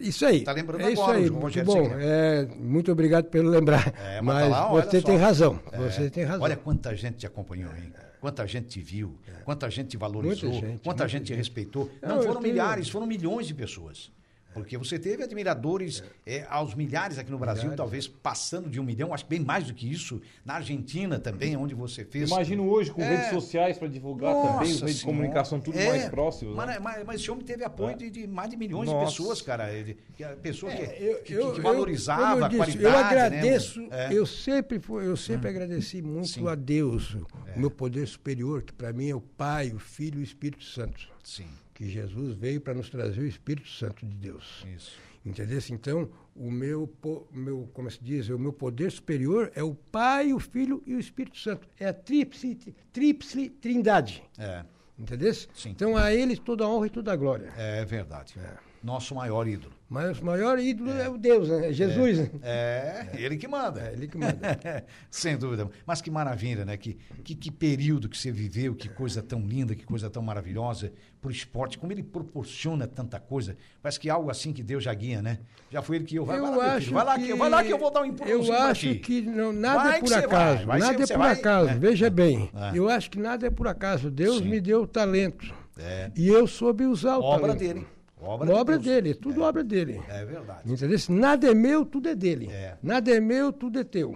Speaker 2: Isso aí.
Speaker 1: Tá lembrando
Speaker 2: é isso
Speaker 1: agora,
Speaker 2: aí.
Speaker 1: o Rogério
Speaker 2: Bom,
Speaker 1: Ceni.
Speaker 2: é, muito obrigado pelo lembrar.
Speaker 1: É, mas tá
Speaker 2: mas
Speaker 1: lá, olha
Speaker 2: você
Speaker 1: só.
Speaker 2: tem razão.
Speaker 1: É.
Speaker 2: Você tem razão.
Speaker 1: Olha quanta gente te acompanhou, hein? Quanta gente te viu, quanta gente te valorizou,
Speaker 2: Muita gente,
Speaker 1: quanta
Speaker 2: muita
Speaker 1: gente te
Speaker 2: gente.
Speaker 1: respeitou.
Speaker 2: Não,
Speaker 1: Não,
Speaker 2: eu
Speaker 1: foram
Speaker 2: tenho-
Speaker 1: milhares, foram milhões de pessoas. Porque você teve admiradores eh, aos milhares aqui no Brasil, talvez passando de um milhão, acho que bem mais do que isso, na Argentina também, onde você fez.
Speaker 5: Imagino hoje com
Speaker 1: É.
Speaker 5: redes sociais para divulgar
Speaker 1: Nossa
Speaker 5: também, os meios de
Speaker 1: Senhora.
Speaker 5: comunicação tudo
Speaker 1: É,
Speaker 5: mais próximos. né?
Speaker 1: Mas, mas, mas esse homem teve
Speaker 2: É.
Speaker 1: apoio de, de mais de milhões
Speaker 3: Nossa.
Speaker 1: de pessoas, cara. Ele, que a pessoa que,
Speaker 2: Eu,
Speaker 1: que-
Speaker 2: eu-
Speaker 1: que
Speaker 2: eu-
Speaker 1: valorizava
Speaker 2: como eu
Speaker 1: a
Speaker 2: disse,
Speaker 1: qualidade.
Speaker 2: Eu
Speaker 1: né?
Speaker 2: agradeço,
Speaker 1: É. Hum.
Speaker 2: eu sempre, fui- eu sempre agradeci muito
Speaker 1: Sim. É.
Speaker 2: a Deus, o meu poder superior, que para mim é o Pai, o Filho e o Espírito Santo.
Speaker 1: Sim,
Speaker 2: Que Jesus veio para nos trazer o Espírito Santo de Deus.
Speaker 1: isso.
Speaker 2: Entendesse? Então, o meu, po- meu, como é se diz, o meu poder superior é o Pai, o Filho e o Espírito Santo. É a tríplice, tríplice trindade.
Speaker 1: É.
Speaker 2: Entendesse?
Speaker 1: Sim.
Speaker 2: Então, a eles toda a honra e toda a glória.
Speaker 1: É verdade. Nosso maior ídolo.
Speaker 2: Mas o maior ídolo é, o Deus, né? É Jesus. né?
Speaker 1: É, ele que manda.
Speaker 2: É, ele que manda.
Speaker 1: Sem dúvida. Mas que maravilha, né? Que, que, que período que você viveu, que coisa tão linda, que coisa tão maravilhosa pro esporte, como ele proporciona tanta coisa. Parece que é algo assim que Deus já guia, né? Já foi ele que eu. Vai, vai lá, meu filho, vai lá, que, vai lá que eu vou dar um impulso
Speaker 2: Eu
Speaker 1: pra
Speaker 2: acho
Speaker 1: ti.
Speaker 2: que não, nada
Speaker 1: Vai
Speaker 2: é
Speaker 1: que
Speaker 2: por
Speaker 1: você
Speaker 2: acaso.
Speaker 1: vai, vai
Speaker 2: nada
Speaker 1: que
Speaker 2: é
Speaker 1: você
Speaker 2: por
Speaker 1: vai.
Speaker 2: acaso.
Speaker 1: É.
Speaker 2: Veja bem,
Speaker 1: É.
Speaker 2: eu acho que nada é por acaso. Deus
Speaker 1: Sim.
Speaker 2: me deu o talento.
Speaker 1: É.
Speaker 2: E eu soube usar o
Speaker 1: Obra
Speaker 2: talento.
Speaker 1: dele. Obra,
Speaker 2: Obra,
Speaker 1: de Deus.
Speaker 2: dele, tudo obra dele.
Speaker 1: É verdade.
Speaker 2: Entendeu? Nada é meu, tudo é dele.
Speaker 1: É.
Speaker 2: Nada é meu, tudo é teu.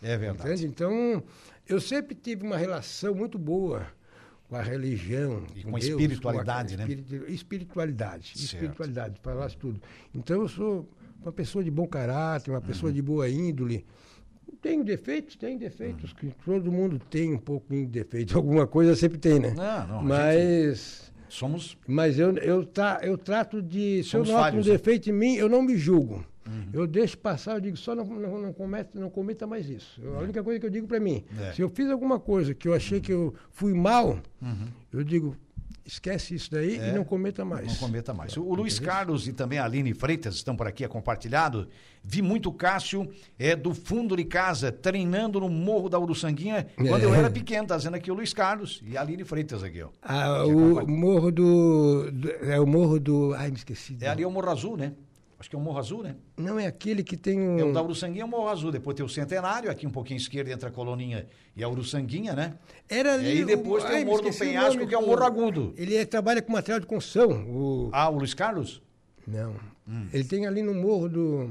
Speaker 1: É verdade.
Speaker 2: Entende? Então, eu sempre tive uma relação muito boa com a religião.
Speaker 1: E com
Speaker 2: com
Speaker 1: a
Speaker 2: Deus,
Speaker 1: espiritualidade, né?
Speaker 2: espiritu- Espiritualidade.
Speaker 1: Certo.
Speaker 2: Espiritualidade, falasse tudo. Então, eu sou uma pessoa de bom caráter, uma
Speaker 1: Uhum.
Speaker 2: pessoa de boa índole. Tenho defeitos, tenho
Speaker 1: Uhum.
Speaker 2: defeitos, que todo mundo tem um pouquinho de defeito. Alguma coisa sempre tem, né?
Speaker 1: Não, não, a
Speaker 2: Mas.
Speaker 1: Somos.
Speaker 2: Mas eu, eu, tra, eu trato de. Se
Speaker 1: Somos
Speaker 2: eu noto
Speaker 1: falhos,
Speaker 2: um
Speaker 1: né? Uhum.
Speaker 2: defeito em mim, eu não me julgo. Eu deixo passar, eu digo, só não, não, não, cometa, não cometa mais isso. Eu- a única coisa que eu digo para mim,
Speaker 1: É. Uhum.
Speaker 2: se eu fiz alguma coisa que eu achei que eu fui mal, eu digo, esquece isso daí
Speaker 1: É.
Speaker 2: e não cometa mais.
Speaker 1: Não cometa mais. O Luiz Carlos e também a Aline Freitas estão por aqui, é compartilhado. Vi muito o Cássio é, do fundo de casa, treinando no Morro da Uruçanguinha, quando
Speaker 2: É.
Speaker 1: eu era pequeno. Tá dizendo aqui o Luiz Carlos e a Aline Freitas aqui, ó.
Speaker 2: Ah, o morro do, do- É o morro do. Ai, me esqueci.
Speaker 1: É ali é o Morro Azul, né? Acho que é o Morro Azul, né?
Speaker 2: Não é aquele que tem
Speaker 1: É o
Speaker 2: um.
Speaker 1: da Uruçanguinha é o Morro Azul. Depois tem o Centenário, aqui um pouquinho à esquerda entra a Coloninha e a Uruçanguinha, né?
Speaker 2: Era
Speaker 1: E aí depois tem o
Speaker 2: ai, me
Speaker 1: Morro do
Speaker 2: esqueci
Speaker 1: Penhasco,
Speaker 2: nome
Speaker 1: que é o
Speaker 2: do-
Speaker 1: Morro Agudo.
Speaker 2: Ele é- trabalha com material de construção. O...
Speaker 1: Ah, o Luiz Carlos?
Speaker 2: Não.
Speaker 1: Hum.
Speaker 2: Ele tem ali no morro do.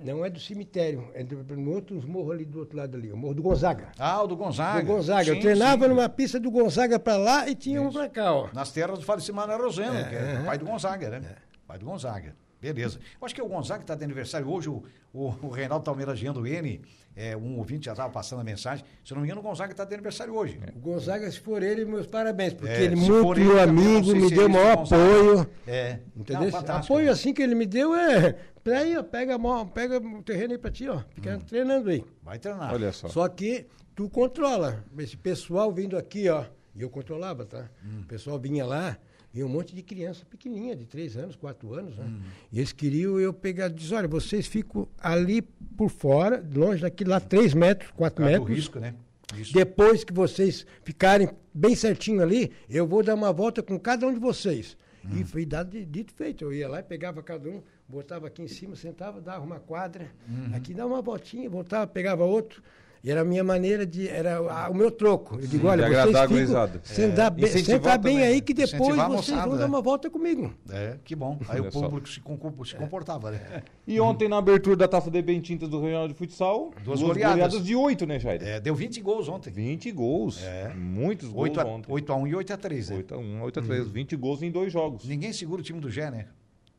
Speaker 2: Não é do cemitério, é do, no outro morro ali do outro lado ali, o morro do Gonzaga.
Speaker 1: Ah, o do Gonzaga.
Speaker 2: do Gonzaga.
Speaker 1: Sim,
Speaker 2: eu treinava
Speaker 1: sim.
Speaker 2: numa pista do Gonzaga pra lá e tinha um pra cá, ó.
Speaker 1: Nas terras do falecido Manuel Roseno, que é
Speaker 2: é.
Speaker 1: pai do Gonzaga, né? Pai do Gonzaga. Beleza. Eu acho que o Gonzaga está de aniversário hoje, o, o, o Reinaldo está homenageando ele, é, um ouvinte já estava passando a mensagem. Se eu não me engano, o Gonzaga está de aniversário hoje.
Speaker 2: O Gonzaga, se for ele, meus parabéns, porque
Speaker 1: É,
Speaker 2: ele
Speaker 1: se
Speaker 2: muito
Speaker 1: for ele
Speaker 2: meu
Speaker 1: também, não
Speaker 2: amigo,
Speaker 1: sei
Speaker 2: me
Speaker 1: se
Speaker 2: deu
Speaker 1: é
Speaker 2: o
Speaker 1: isso,
Speaker 2: maior
Speaker 1: Gonzaga.
Speaker 2: apoio.
Speaker 1: É.
Speaker 2: Entendeu?
Speaker 1: Não, fantástico. né?
Speaker 2: apoio assim que ele me deu é. Pra aí, ó, pega, a mão, pega o terreno aí pra ti, ó. Fica
Speaker 1: Hum.
Speaker 2: treinando aí.
Speaker 1: Vai treinar.
Speaker 6: Olha só.
Speaker 2: Só que tu controla. Esse pessoal vindo aqui, ó. E eu controlava, tá?
Speaker 1: Hum.
Speaker 2: O pessoal vinha lá, vinha um monte de criança pequenininha, de três anos, quatro anos, né?
Speaker 1: Hum.
Speaker 2: E eles queriam eu pegar, diz, olha, vocês ficam ali por fora, longe daqui, lá três metros,
Speaker 1: Por
Speaker 2: quatro
Speaker 1: causa do
Speaker 2: metros.
Speaker 1: risco, né? Isso.
Speaker 2: Depois que vocês ficarem bem certinho ali, eu vou dar uma volta com cada um de vocês. E foi dado de- dito e feito. Eu ia lá e pegava cada um, botava aqui em cima, sentava, dava uma quadra, aqui dava uma voltinha, voltava, pegava outro. E era a minha maneira de. Era o- a- o meu troco. Eu digo,
Speaker 6: de
Speaker 2: olha, vocês
Speaker 6: agradar a
Speaker 2: ficam,
Speaker 6: gurizada.
Speaker 2: sentar bem,
Speaker 6: Incentivar
Speaker 2: sentar bem
Speaker 6: também,
Speaker 2: aí que depois
Speaker 1: Incentivar a
Speaker 2: vocês
Speaker 1: moçada,
Speaker 2: vão
Speaker 1: né?
Speaker 2: dar uma volta comigo.
Speaker 1: É, que bom. Aí
Speaker 6: Olha
Speaker 1: o
Speaker 6: só.
Speaker 1: público se, concom-
Speaker 2: É.
Speaker 1: se comportava, né?
Speaker 3: E ontem, na abertura da Taça de Bentintas do Regional de Futsal,
Speaker 1: Duas goleadas.
Speaker 3: de oito, né, Jair?
Speaker 1: É, deu 20 gols ontem.
Speaker 3: 20 gols.
Speaker 1: É.
Speaker 3: Muitos gols
Speaker 1: 8 a,
Speaker 3: ontem.
Speaker 1: 8 a 1 e 8 a 3, né?
Speaker 3: 8 a 1, 8 a 3. 20 gols em dois jogos.
Speaker 1: Ninguém segura o time do Gé, né?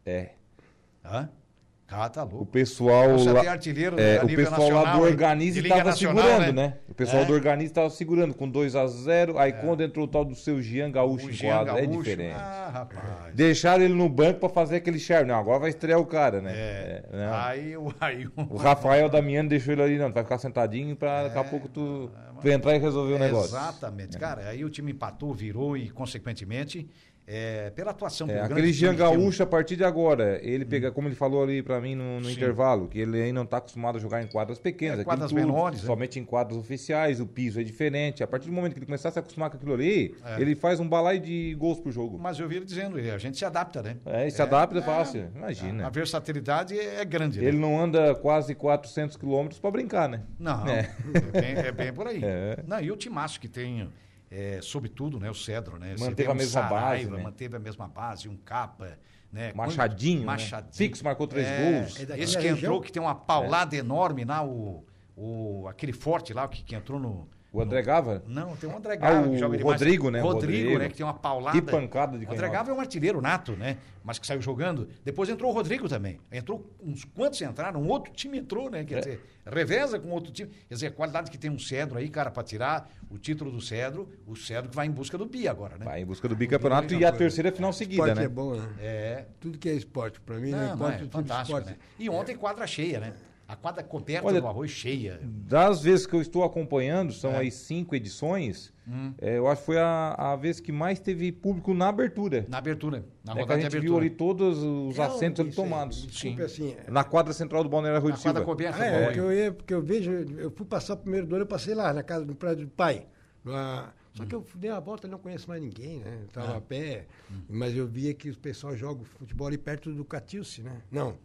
Speaker 3: É.
Speaker 1: Hã? Ah, tá
Speaker 3: O
Speaker 1: louco.
Speaker 3: pessoal
Speaker 1: Nossa, tem
Speaker 3: lá...
Speaker 1: artilheiro
Speaker 3: É,
Speaker 1: né? a
Speaker 3: o
Speaker 1: nível
Speaker 3: pessoal lá
Speaker 1: nacional,
Speaker 3: do
Speaker 1: hein?
Speaker 3: Organize
Speaker 1: De Liga
Speaker 3: estava
Speaker 1: Nacional,
Speaker 3: segurando, né? O pessoal
Speaker 1: É.
Speaker 3: do Organize estava segurando com 2x0. Aí quando entrou o tal do seu Jean Gaúcho
Speaker 1: O
Speaker 3: em
Speaker 1: Jean
Speaker 3: quadro, é
Speaker 1: Gaúcho.
Speaker 3: diferente.
Speaker 1: Ah, rapaz.
Speaker 3: Deixaram ele no banco pra fazer aquele charme. Não, agora vai estrear o cara, né?
Speaker 1: É.
Speaker 3: É, não.
Speaker 1: Aí, o- aí o-
Speaker 3: O Rafael Damiano deixou ele ali, não. Tu vai ficar sentadinho
Speaker 1: É,
Speaker 3: pra daqui a pouco tu, tu entrar e resolver o negócio.
Speaker 1: Exatamente. Cara, aí o time empatou, virou e, consequentemente, é, pela atuação
Speaker 3: É,
Speaker 1: pelo grande
Speaker 3: aquele Jean
Speaker 1: time que tem- um
Speaker 3: Gaúcho, a partir de agora, ele pega, como ele falou ali pra mim no, no
Speaker 1: Hum. Sim.
Speaker 3: intervalo, que ele aí não tá acostumado a jogar em quadras pequenas.
Speaker 1: É,
Speaker 3: aquilo
Speaker 1: quadras menores, né?
Speaker 3: Somente em quadras oficiais, o piso é diferente. A partir do momento que ele começar a se acostumar com aquilo ali,
Speaker 1: É.
Speaker 3: ele faz um balaio de gols pro jogo.
Speaker 1: Mas eu vi ele dizendo, a gente se adapta, né?
Speaker 3: É, e se adapta fácil, imagina.
Speaker 1: Ah, A versatilidade é grande. né?
Speaker 3: Ele não anda quase 400 quilômetros pra brincar, né?
Speaker 1: Não, é,
Speaker 3: É.
Speaker 1: bem, é bem por aí.
Speaker 3: É.
Speaker 1: Não, e o timaço que tem, é, sobretudo, né, o Cedro, né? Você
Speaker 3: Manteve
Speaker 1: vê
Speaker 3: a mesma base, né?
Speaker 1: Manteve a mesma base, um capa, né?
Speaker 3: Machadinho,
Speaker 1: Quando-
Speaker 3: né?
Speaker 1: Machadinho.
Speaker 3: Fix marcou três
Speaker 1: É,
Speaker 3: gols. É.
Speaker 2: é daquela
Speaker 1: Esse que entrou,
Speaker 2: região.
Speaker 1: que tem uma paulada enorme lá, o, o, aquele forte lá, que, que entrou no...
Speaker 3: O André Gava?
Speaker 1: Não, tem um André
Speaker 3: Ah,
Speaker 1: Gava
Speaker 3: o
Speaker 1: que joga ele
Speaker 3: Rodrigo, né?
Speaker 1: Rodrigo,
Speaker 3: Rodrigo.
Speaker 1: né? Que tem uma paulada.
Speaker 3: Que pancada de
Speaker 1: O André
Speaker 3: canhota.
Speaker 1: Gava é um artilheiro nato, né? Mas que saiu jogando. Depois entrou o Rodrigo também. Entrou uns quantos entraram, um outro time entrou, né? Quer
Speaker 3: É.
Speaker 1: dizer, reveza com outro time. Quer dizer, a qualidade que tem um Cedro aí, cara, pra tirar o título do Cedro, o Cedro que vai em busca do Bia agora, né?
Speaker 3: Vai em busca do bicampeonato e a terceira final seguida,
Speaker 2: Esporte é
Speaker 3: né?
Speaker 2: bom, né?
Speaker 1: É.
Speaker 2: Tudo que é esporte, pra mim, não,
Speaker 1: Não, não
Speaker 2: importa
Speaker 1: é
Speaker 2: o tipo de
Speaker 1: fantástico,
Speaker 2: esporte.
Speaker 1: né? E ontem quadra cheia, né? A quadra coberta
Speaker 3: Olha-
Speaker 1: do arroz cheia.
Speaker 3: Das vezes que eu estou acompanhando,
Speaker 1: É.
Speaker 3: são aí cinco edições,
Speaker 1: Hum.
Speaker 3: é, eu acho que foi a, a vez que mais teve público na abertura.
Speaker 1: Na abertura, na
Speaker 3: É que
Speaker 1: rodada
Speaker 3: a
Speaker 1: de
Speaker 3: gente viu
Speaker 1: abertura.
Speaker 3: ali todos os
Speaker 2: É,
Speaker 3: assentos ali
Speaker 2: isso aí.
Speaker 3: tomados.
Speaker 2: Desculpa, assim, é-
Speaker 3: Na quadra central do Balneário Rui
Speaker 1: na
Speaker 3: de
Speaker 1: quadra
Speaker 3: Silva.
Speaker 1: coberta.
Speaker 2: Ah,
Speaker 1: boa,
Speaker 2: é, porque
Speaker 1: hein?
Speaker 2: eu, ia, porque eu vejo, eu fui passar o primeiro do ano, eu passei lá na casa do prédio do pai. Lá. Só que eu
Speaker 1: Hum.
Speaker 2: dei uma volta e não conheço mais ninguém, né? Eu
Speaker 1: Ah.
Speaker 2: tava a pé, mas eu via que os pessoal joga futebol ali perto do Catilce, né? Não.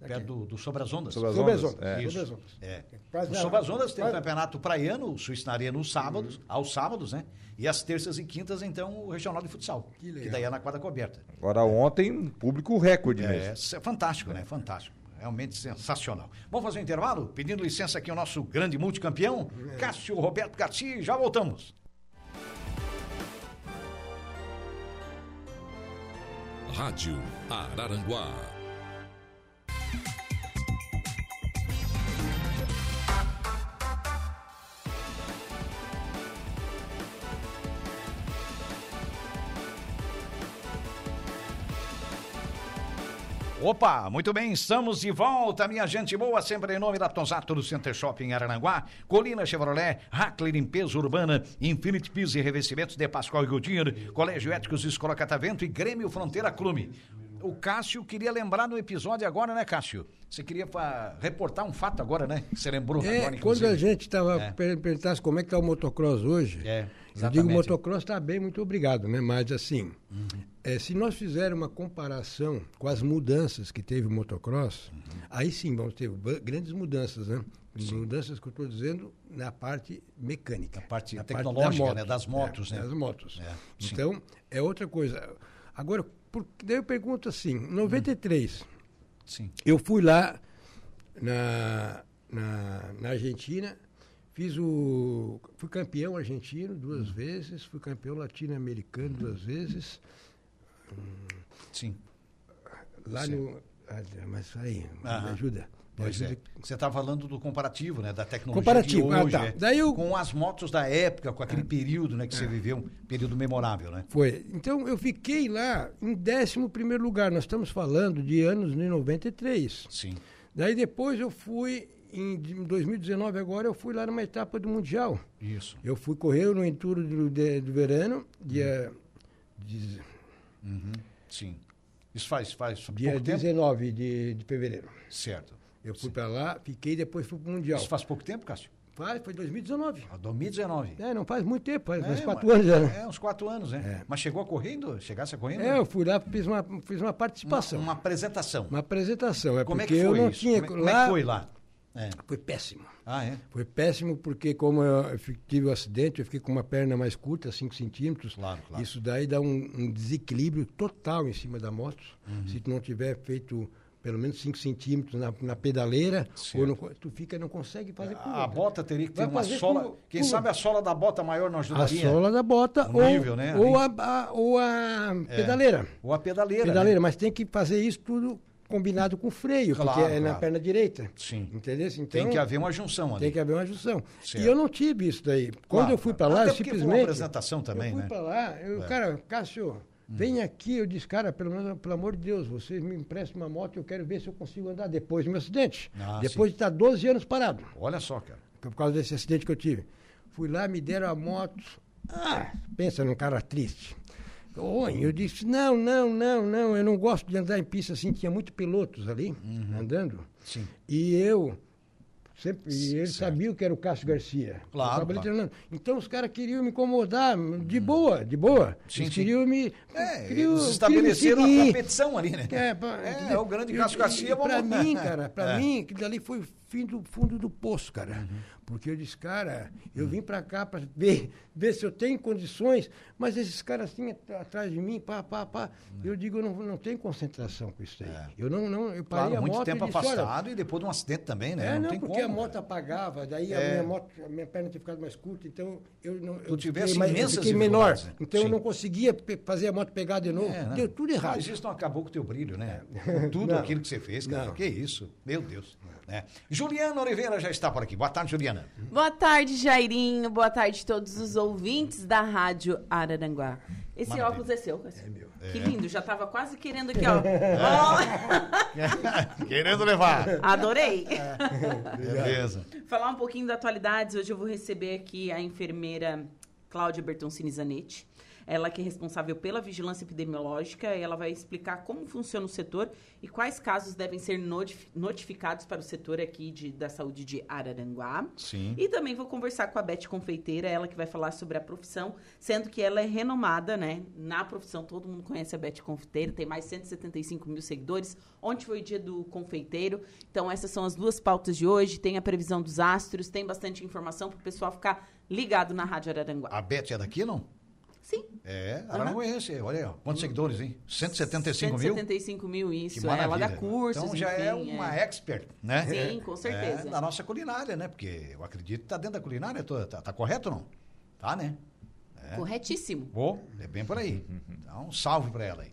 Speaker 1: Perto do, do Sobre as Ondas.
Speaker 3: Sobre as
Speaker 2: Sobre as
Speaker 3: ondas,
Speaker 2: ondas.
Speaker 3: é.
Speaker 2: sobre
Speaker 1: Isso.
Speaker 2: as ondas.
Speaker 1: É.
Speaker 2: Quase
Speaker 1: O
Speaker 2: na-
Speaker 1: Sobre as Ondas tem o
Speaker 2: quase-
Speaker 1: campeonato praiano, o Suíça na Arena, nos sábados,
Speaker 2: Uhum.
Speaker 1: aos sábados, né? E às terças e quintas, então, o regional de futsal.
Speaker 2: Que
Speaker 1: Que,
Speaker 2: legal.
Speaker 1: daí é na quadra coberta.
Speaker 3: Agora ontem, um público recorde
Speaker 1: É,
Speaker 3: mesmo.
Speaker 1: isso é fantástico, né? Fantástico. Realmente sensacional. Vamos fazer um intervalo? Pedindo licença aqui ao nosso grande multicampeão,
Speaker 2: É.
Speaker 1: Cássio Roberto Garcia, e já voltamos.
Speaker 4: Rádio Araranguá.
Speaker 1: Opa, muito bem, estamos de volta, minha gente boa, sempre em nome da Tosato do Center Shopping Araranguá, Colina Chevrolet, Hackley Limpeza Urbana, Infinity Piso e Revestimentos de Pascoal e Goudier, Colégio Éticos Escola Catavento e Grêmio Fronteira Clube. O Cássio queria lembrar no episódio agora, né, Cássio? Você queria fa- reportar um fato agora, né? Você lembrou
Speaker 2: É,
Speaker 1: agora,
Speaker 2: quando a
Speaker 1: inclusive.
Speaker 2: gente tava
Speaker 1: É.
Speaker 2: per- perguntasse como é que tá o motocross hoje,
Speaker 1: É,
Speaker 2: eu digo
Speaker 1: exatamente. Uhum.
Speaker 2: o motocross está bem, muito obrigado, né? Mas assim, é, se nós fizermos uma comparação com as mudanças que teve o motocross,
Speaker 1: Uhum.
Speaker 2: aí sim vamos ter ba- grandes mudanças, né? Mudanças que eu estou dizendo na parte mecânica. Na
Speaker 1: parte
Speaker 2: da
Speaker 1: tecnológica,
Speaker 2: moto, É,
Speaker 1: né? Das motos, né?
Speaker 2: Das motos.
Speaker 1: É, sim.
Speaker 2: então, é outra coisa. Agora, por, daí eu pergunto assim, 93,
Speaker 1: Sim.
Speaker 2: eu fui lá na, na, na Argentina, fiz o. Fui campeão argentino duas
Speaker 1: Hum.
Speaker 2: vezes, fui campeão latino-americano duas vezes.
Speaker 1: Sim.
Speaker 2: Lá no. ah, Mas aí,
Speaker 1: Aham.
Speaker 2: me ajuda. Me
Speaker 1: Pois é.
Speaker 2: ajuda.
Speaker 1: Você está falando do comparativo, né? Da tecnologia
Speaker 2: Comparativo,
Speaker 1: de hoje,
Speaker 2: ah, tá.
Speaker 1: é.
Speaker 2: Daí eu- É.
Speaker 1: com as motos da época, com aquele período, né, que você viveu, um período memorável, né?
Speaker 2: Foi. Então eu fiquei lá em 11 primeiro lugar. Nós estamos falando de anos de 93.
Speaker 1: Sim.
Speaker 2: Daí depois eu fui, em 2019 agora, eu fui lá numa etapa do Mundial.
Speaker 1: Isso.
Speaker 2: Eu fui correr no enturo do, de- do verano, dia,
Speaker 1: Hum.
Speaker 2: de-
Speaker 1: Sim. Isso faz faz pouco
Speaker 2: dia
Speaker 1: tempo,
Speaker 2: 19 de, de fevereiro.
Speaker 1: certo?
Speaker 2: Eu fui para lá, fiquei depois fui para o Mundial.
Speaker 1: Isso faz pouco tempo, Cássio?
Speaker 2: Faz, foi 2019.
Speaker 1: Ah, 2019.
Speaker 2: É, não faz muito tempo, faz
Speaker 1: É,
Speaker 2: uns quatro
Speaker 1: mas-
Speaker 2: anos já. né?
Speaker 1: É, uns quatro anos, né? Mas chegou correndo? Chegasse correndo?
Speaker 2: É, eu fui lá, fiz uma, fiz uma participação,
Speaker 1: Uma
Speaker 2: uma,
Speaker 1: apresentação.
Speaker 2: apresentação. É
Speaker 1: Como é
Speaker 2: porque
Speaker 1: que foi
Speaker 2: eu não
Speaker 1: isso?
Speaker 2: tinha
Speaker 1: como, é, como é
Speaker 2: lá.
Speaker 1: que foi lá? É.
Speaker 2: Foi péssimo.
Speaker 1: Ah, é?
Speaker 2: Foi péssimo porque como eu fi- tive o acidente, eu fiquei com uma perna mais curta, 5 centímetros.
Speaker 1: Claro, claro.
Speaker 2: Isso daí dá um, um desequilíbrio total em cima da moto.
Speaker 1: Uhum.
Speaker 2: Se tu não tiver feito pelo menos 5 centímetros na, na pedaleira, ou não co- tu fica não consegue fazer curva.
Speaker 1: Ah,
Speaker 2: né?
Speaker 1: A bota teria que ter
Speaker 2: Vai
Speaker 1: uma
Speaker 2: fazer
Speaker 1: sola.
Speaker 2: curva-
Speaker 1: Quem
Speaker 2: curva.
Speaker 1: sabe a sola da bota maior não
Speaker 2: A
Speaker 1: ajudaria?
Speaker 2: sola da bota
Speaker 1: O
Speaker 2: ou,
Speaker 1: nível, né,
Speaker 2: ou a,
Speaker 1: ali.
Speaker 2: a- ou a pedaleira.
Speaker 1: Ou a pedaleira. né?
Speaker 2: Pedaleira, mas tem que fazer isso tudo combinado com freio,
Speaker 1: Claro,
Speaker 2: porque é na
Speaker 1: claro.
Speaker 2: perna direita.
Speaker 1: Sim.
Speaker 2: Entendeu? Então,
Speaker 1: Tem que haver uma junção ali.
Speaker 2: Tem que haver uma junção.
Speaker 1: Certo.
Speaker 2: E eu não tive isso daí. Quando
Speaker 1: Claro,
Speaker 2: eu fui para
Speaker 1: claro.
Speaker 2: lá,
Speaker 1: Até
Speaker 2: eu
Speaker 1: porque foi uma
Speaker 2: simplesmente.
Speaker 1: apresentação também,
Speaker 2: eu fui
Speaker 1: né? Hum.
Speaker 2: para lá, eu, cara, Cássio, vem aqui. Eu disse, cara, pelo, menos, pelo amor de Deus, você me empresta uma moto, eu quero ver se eu consigo andar depois do meu acidente.
Speaker 1: Ah,
Speaker 2: depois de estar 12 anos parado,
Speaker 1: Olha só, cara.
Speaker 2: por causa desse acidente que eu tive. Fui lá, me deram a moto. Ah, pensa num cara triste. Oi, eu disse, não, não, não, não, eu não gosto de andar em pista assim, tinha muito pilotos ali,
Speaker 1: Uhum.
Speaker 2: andando.
Speaker 1: Sim.
Speaker 2: E eu, sempre, e eles
Speaker 1: certo.
Speaker 2: sabiam que era o Cássio Garcia.
Speaker 1: Claro,
Speaker 2: Eu tava ali
Speaker 1: claro.
Speaker 2: treinando. Então os caras queriam me incomodar, de boa, de boa.
Speaker 1: Sim,
Speaker 2: eles
Speaker 1: sim.
Speaker 2: queriam me.
Speaker 1: É,
Speaker 2: queriam,
Speaker 1: eles estabeleceram
Speaker 2: queriam
Speaker 1: a
Speaker 2: me seguir.
Speaker 1: competição ali, né?
Speaker 2: É, pra-
Speaker 1: É,
Speaker 2: entendeu?
Speaker 1: o grande
Speaker 2: E-
Speaker 1: Cássio
Speaker 2: e-
Speaker 1: Garcia,
Speaker 2: E
Speaker 1: vamos-
Speaker 2: pra mim, cara, pra
Speaker 1: É.
Speaker 2: mim, que dali foi o fim do fundo do poço, cara. Porque eu disse, cara, eu vim pra cá pra ver, ver se eu tenho condições, mas esses caras assim at- atrás de mim, pá, pá, pá. Eu digo, eu não, não tenho concentração com isso aí. Eu não, não, eu
Speaker 1: É.
Speaker 2: parei
Speaker 1: Claro,
Speaker 2: a
Speaker 1: muito
Speaker 2: é moto
Speaker 1: tempo
Speaker 2: e disse, olha,
Speaker 1: afastado e depois de um acidente também, né?
Speaker 2: é, não,
Speaker 1: tem
Speaker 2: porque
Speaker 1: como,
Speaker 2: a moto
Speaker 1: cara.
Speaker 2: apagava, daí
Speaker 1: É.
Speaker 2: a minha moto, a minha perna tinha ficado mais curta, então eu não eu
Speaker 1: tivesse
Speaker 2: mais-
Speaker 1: imensas
Speaker 2: fiquei menor,
Speaker 1: dificuldades, né?
Speaker 2: então
Speaker 1: Sim.
Speaker 2: eu não conseguia pe- fazer a moto pegar de novo.
Speaker 1: É, né?
Speaker 2: Deu tudo errado. É.
Speaker 1: Mas isso não acabou com o teu brilho, né? Com tudo
Speaker 2: Não.
Speaker 1: aquilo que você fez, cara.
Speaker 2: Não.
Speaker 1: Que isso? Meu Deus. né? Juliana Oliveira já está por aqui. Boa tarde, Juliana.
Speaker 7: Boa tarde, Jairinho. Boa tarde a todos os ouvintes da Rádio Araranguá. Esse
Speaker 1: Maravilha.
Speaker 7: óculos é seu, Cássio. É meu. Que
Speaker 1: É.
Speaker 7: lindo, já tava quase querendo aqui, ó. Ó,
Speaker 1: Querendo levar.
Speaker 7: Adorei.
Speaker 1: Beleza.
Speaker 7: Falar um pouquinho da atualidades. Hoje eu vou receber aqui a enfermeira Cláudia Bertoncini Zanetti. Ela que é responsável pela vigilância epidemiológica e ela vai explicar como funciona o setor e quais casos devem ser notif- notificados para o setor aqui de, da saúde de Araranguá.
Speaker 1: Sim.
Speaker 7: E também vou conversar com a Beth Confeiteira, ela que vai falar sobre a profissão, sendo que ela é renomada, né? Na profissão, todo mundo conhece a Beth Confeiteira, tem mais de 175 mil seguidores. Ontem foi o dia do confeiteiro. Então, essas são as duas pautas de hoje. Tem a previsão dos astros, tem bastante informação para o pessoal ficar ligado na Rádio Araranguá.
Speaker 1: A Beth é daqui, não?
Speaker 7: Sim.
Speaker 1: É, Araranguense. Olha aí, ó. Quantos seguidores, hein? 175 mil?
Speaker 7: 175 mil,
Speaker 1: Que
Speaker 7: isso. É,
Speaker 1: maravilha.
Speaker 7: ela dá cursos,
Speaker 1: Então já é
Speaker 7: enfim,
Speaker 1: uma
Speaker 7: é.
Speaker 1: expert, né?
Speaker 7: Sim, com certeza.
Speaker 1: É, da nossa culinária, né? Porque eu acredito que tá dentro da culinária toda. Tá, tá correto ou não? Tá, né?
Speaker 7: Corretíssimo.
Speaker 1: Bom, é bem por aí. Então, um salve pra ela aí.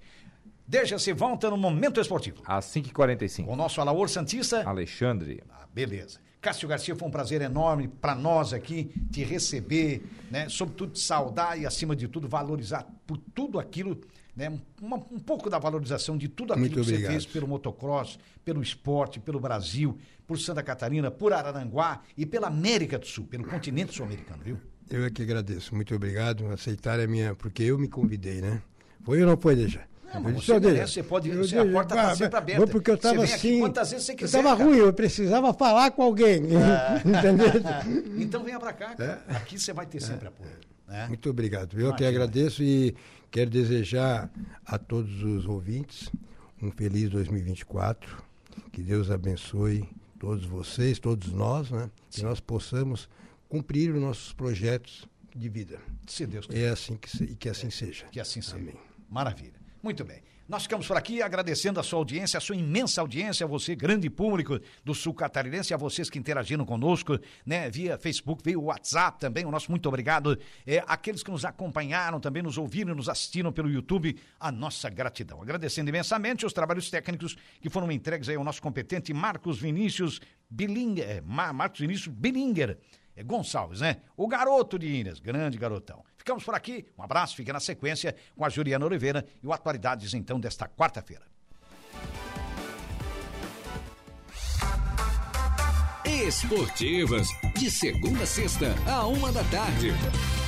Speaker 1: Deixa-se volta no momento esportivo.
Speaker 5: Às 5h45.
Speaker 1: Com o nosso Alaor Santista.
Speaker 5: Alexandre.
Speaker 1: Ah, beleza. Cássio Garcia, foi um prazer enorme para nós aqui te receber, né? Sobretudo te saudar e, acima de tudo, valorizar por tudo aquilo, né? Uma- um pouco da valorização de tudo aquilo
Speaker 2: Muito
Speaker 1: que você
Speaker 2: obrigado.
Speaker 1: fez pelo motocross, pelo esporte, pelo Brasil, por Santa Catarina, por Araranguá e pela América do Sul, pelo continente sul-americano, viu?
Speaker 2: Eu é que agradeço. Muito obrigado por aceitar a minha. Porque eu me convidei, né? Foi ou não foi, Deja?
Speaker 1: Não,
Speaker 2: Eu
Speaker 1: mas
Speaker 2: disse,
Speaker 1: você
Speaker 2: "Ó, Deja,
Speaker 1: merece, você pode-
Speaker 2: eu
Speaker 1: você- a
Speaker 2: disse,
Speaker 1: porta tá
Speaker 2: "Ah,
Speaker 1: sempre
Speaker 2: mas-
Speaker 1: aberta."
Speaker 2: Foi porque eu
Speaker 1: Você
Speaker 2: estava
Speaker 1: vem aqui
Speaker 2: assim.
Speaker 1: quantas vezes você quiser,
Speaker 2: Eu estava
Speaker 1: cara.
Speaker 2: ruim, eu precisava falar com alguém. Entendeu?
Speaker 1: Então venha pra cá, cara.
Speaker 2: É?
Speaker 1: Aqui você vai ter sempre apoio. Né?
Speaker 2: Muito obrigado. Eu que
Speaker 1: Imagina.
Speaker 2: agradeço e quero desejar a todos os ouvintes um feliz 2024. Que Deus abençoe todos vocês, todos nós, né? Que nós possamos cumprir os nossos projetos de vida.
Speaker 1: Se Deus quiser.
Speaker 2: É assim que, se- e que assim seja.
Speaker 1: Que assim seja.
Speaker 2: Amém.
Speaker 1: Maravilha. Muito bem. Nós ficamos por aqui agradecendo a sua audiência, a sua imensa audiência, a você, grande público do Sul Catarinense, a vocês que interagiram conosco, né, via Facebook, via WhatsApp também, o nosso muito obrigado. É, aqueles que nos acompanharam também, nos ouviram, e nos assistiram pelo YouTube, a nossa gratidão. Agradecendo imensamente os trabalhos técnicos que foram entregues aí ao nosso competente Marcos Vinícius Bilinger, é, Ma- Marcos Vinícius Bilinger. É Gonçalves, né? O garoto de Inês, grande garotão. Ficamos por aqui, um abraço, fica na sequência com a Juliana Oliveira e o Atualidades, então, desta quarta-feira.
Speaker 4: Esportivas, de segunda a sexta, a uma da tarde.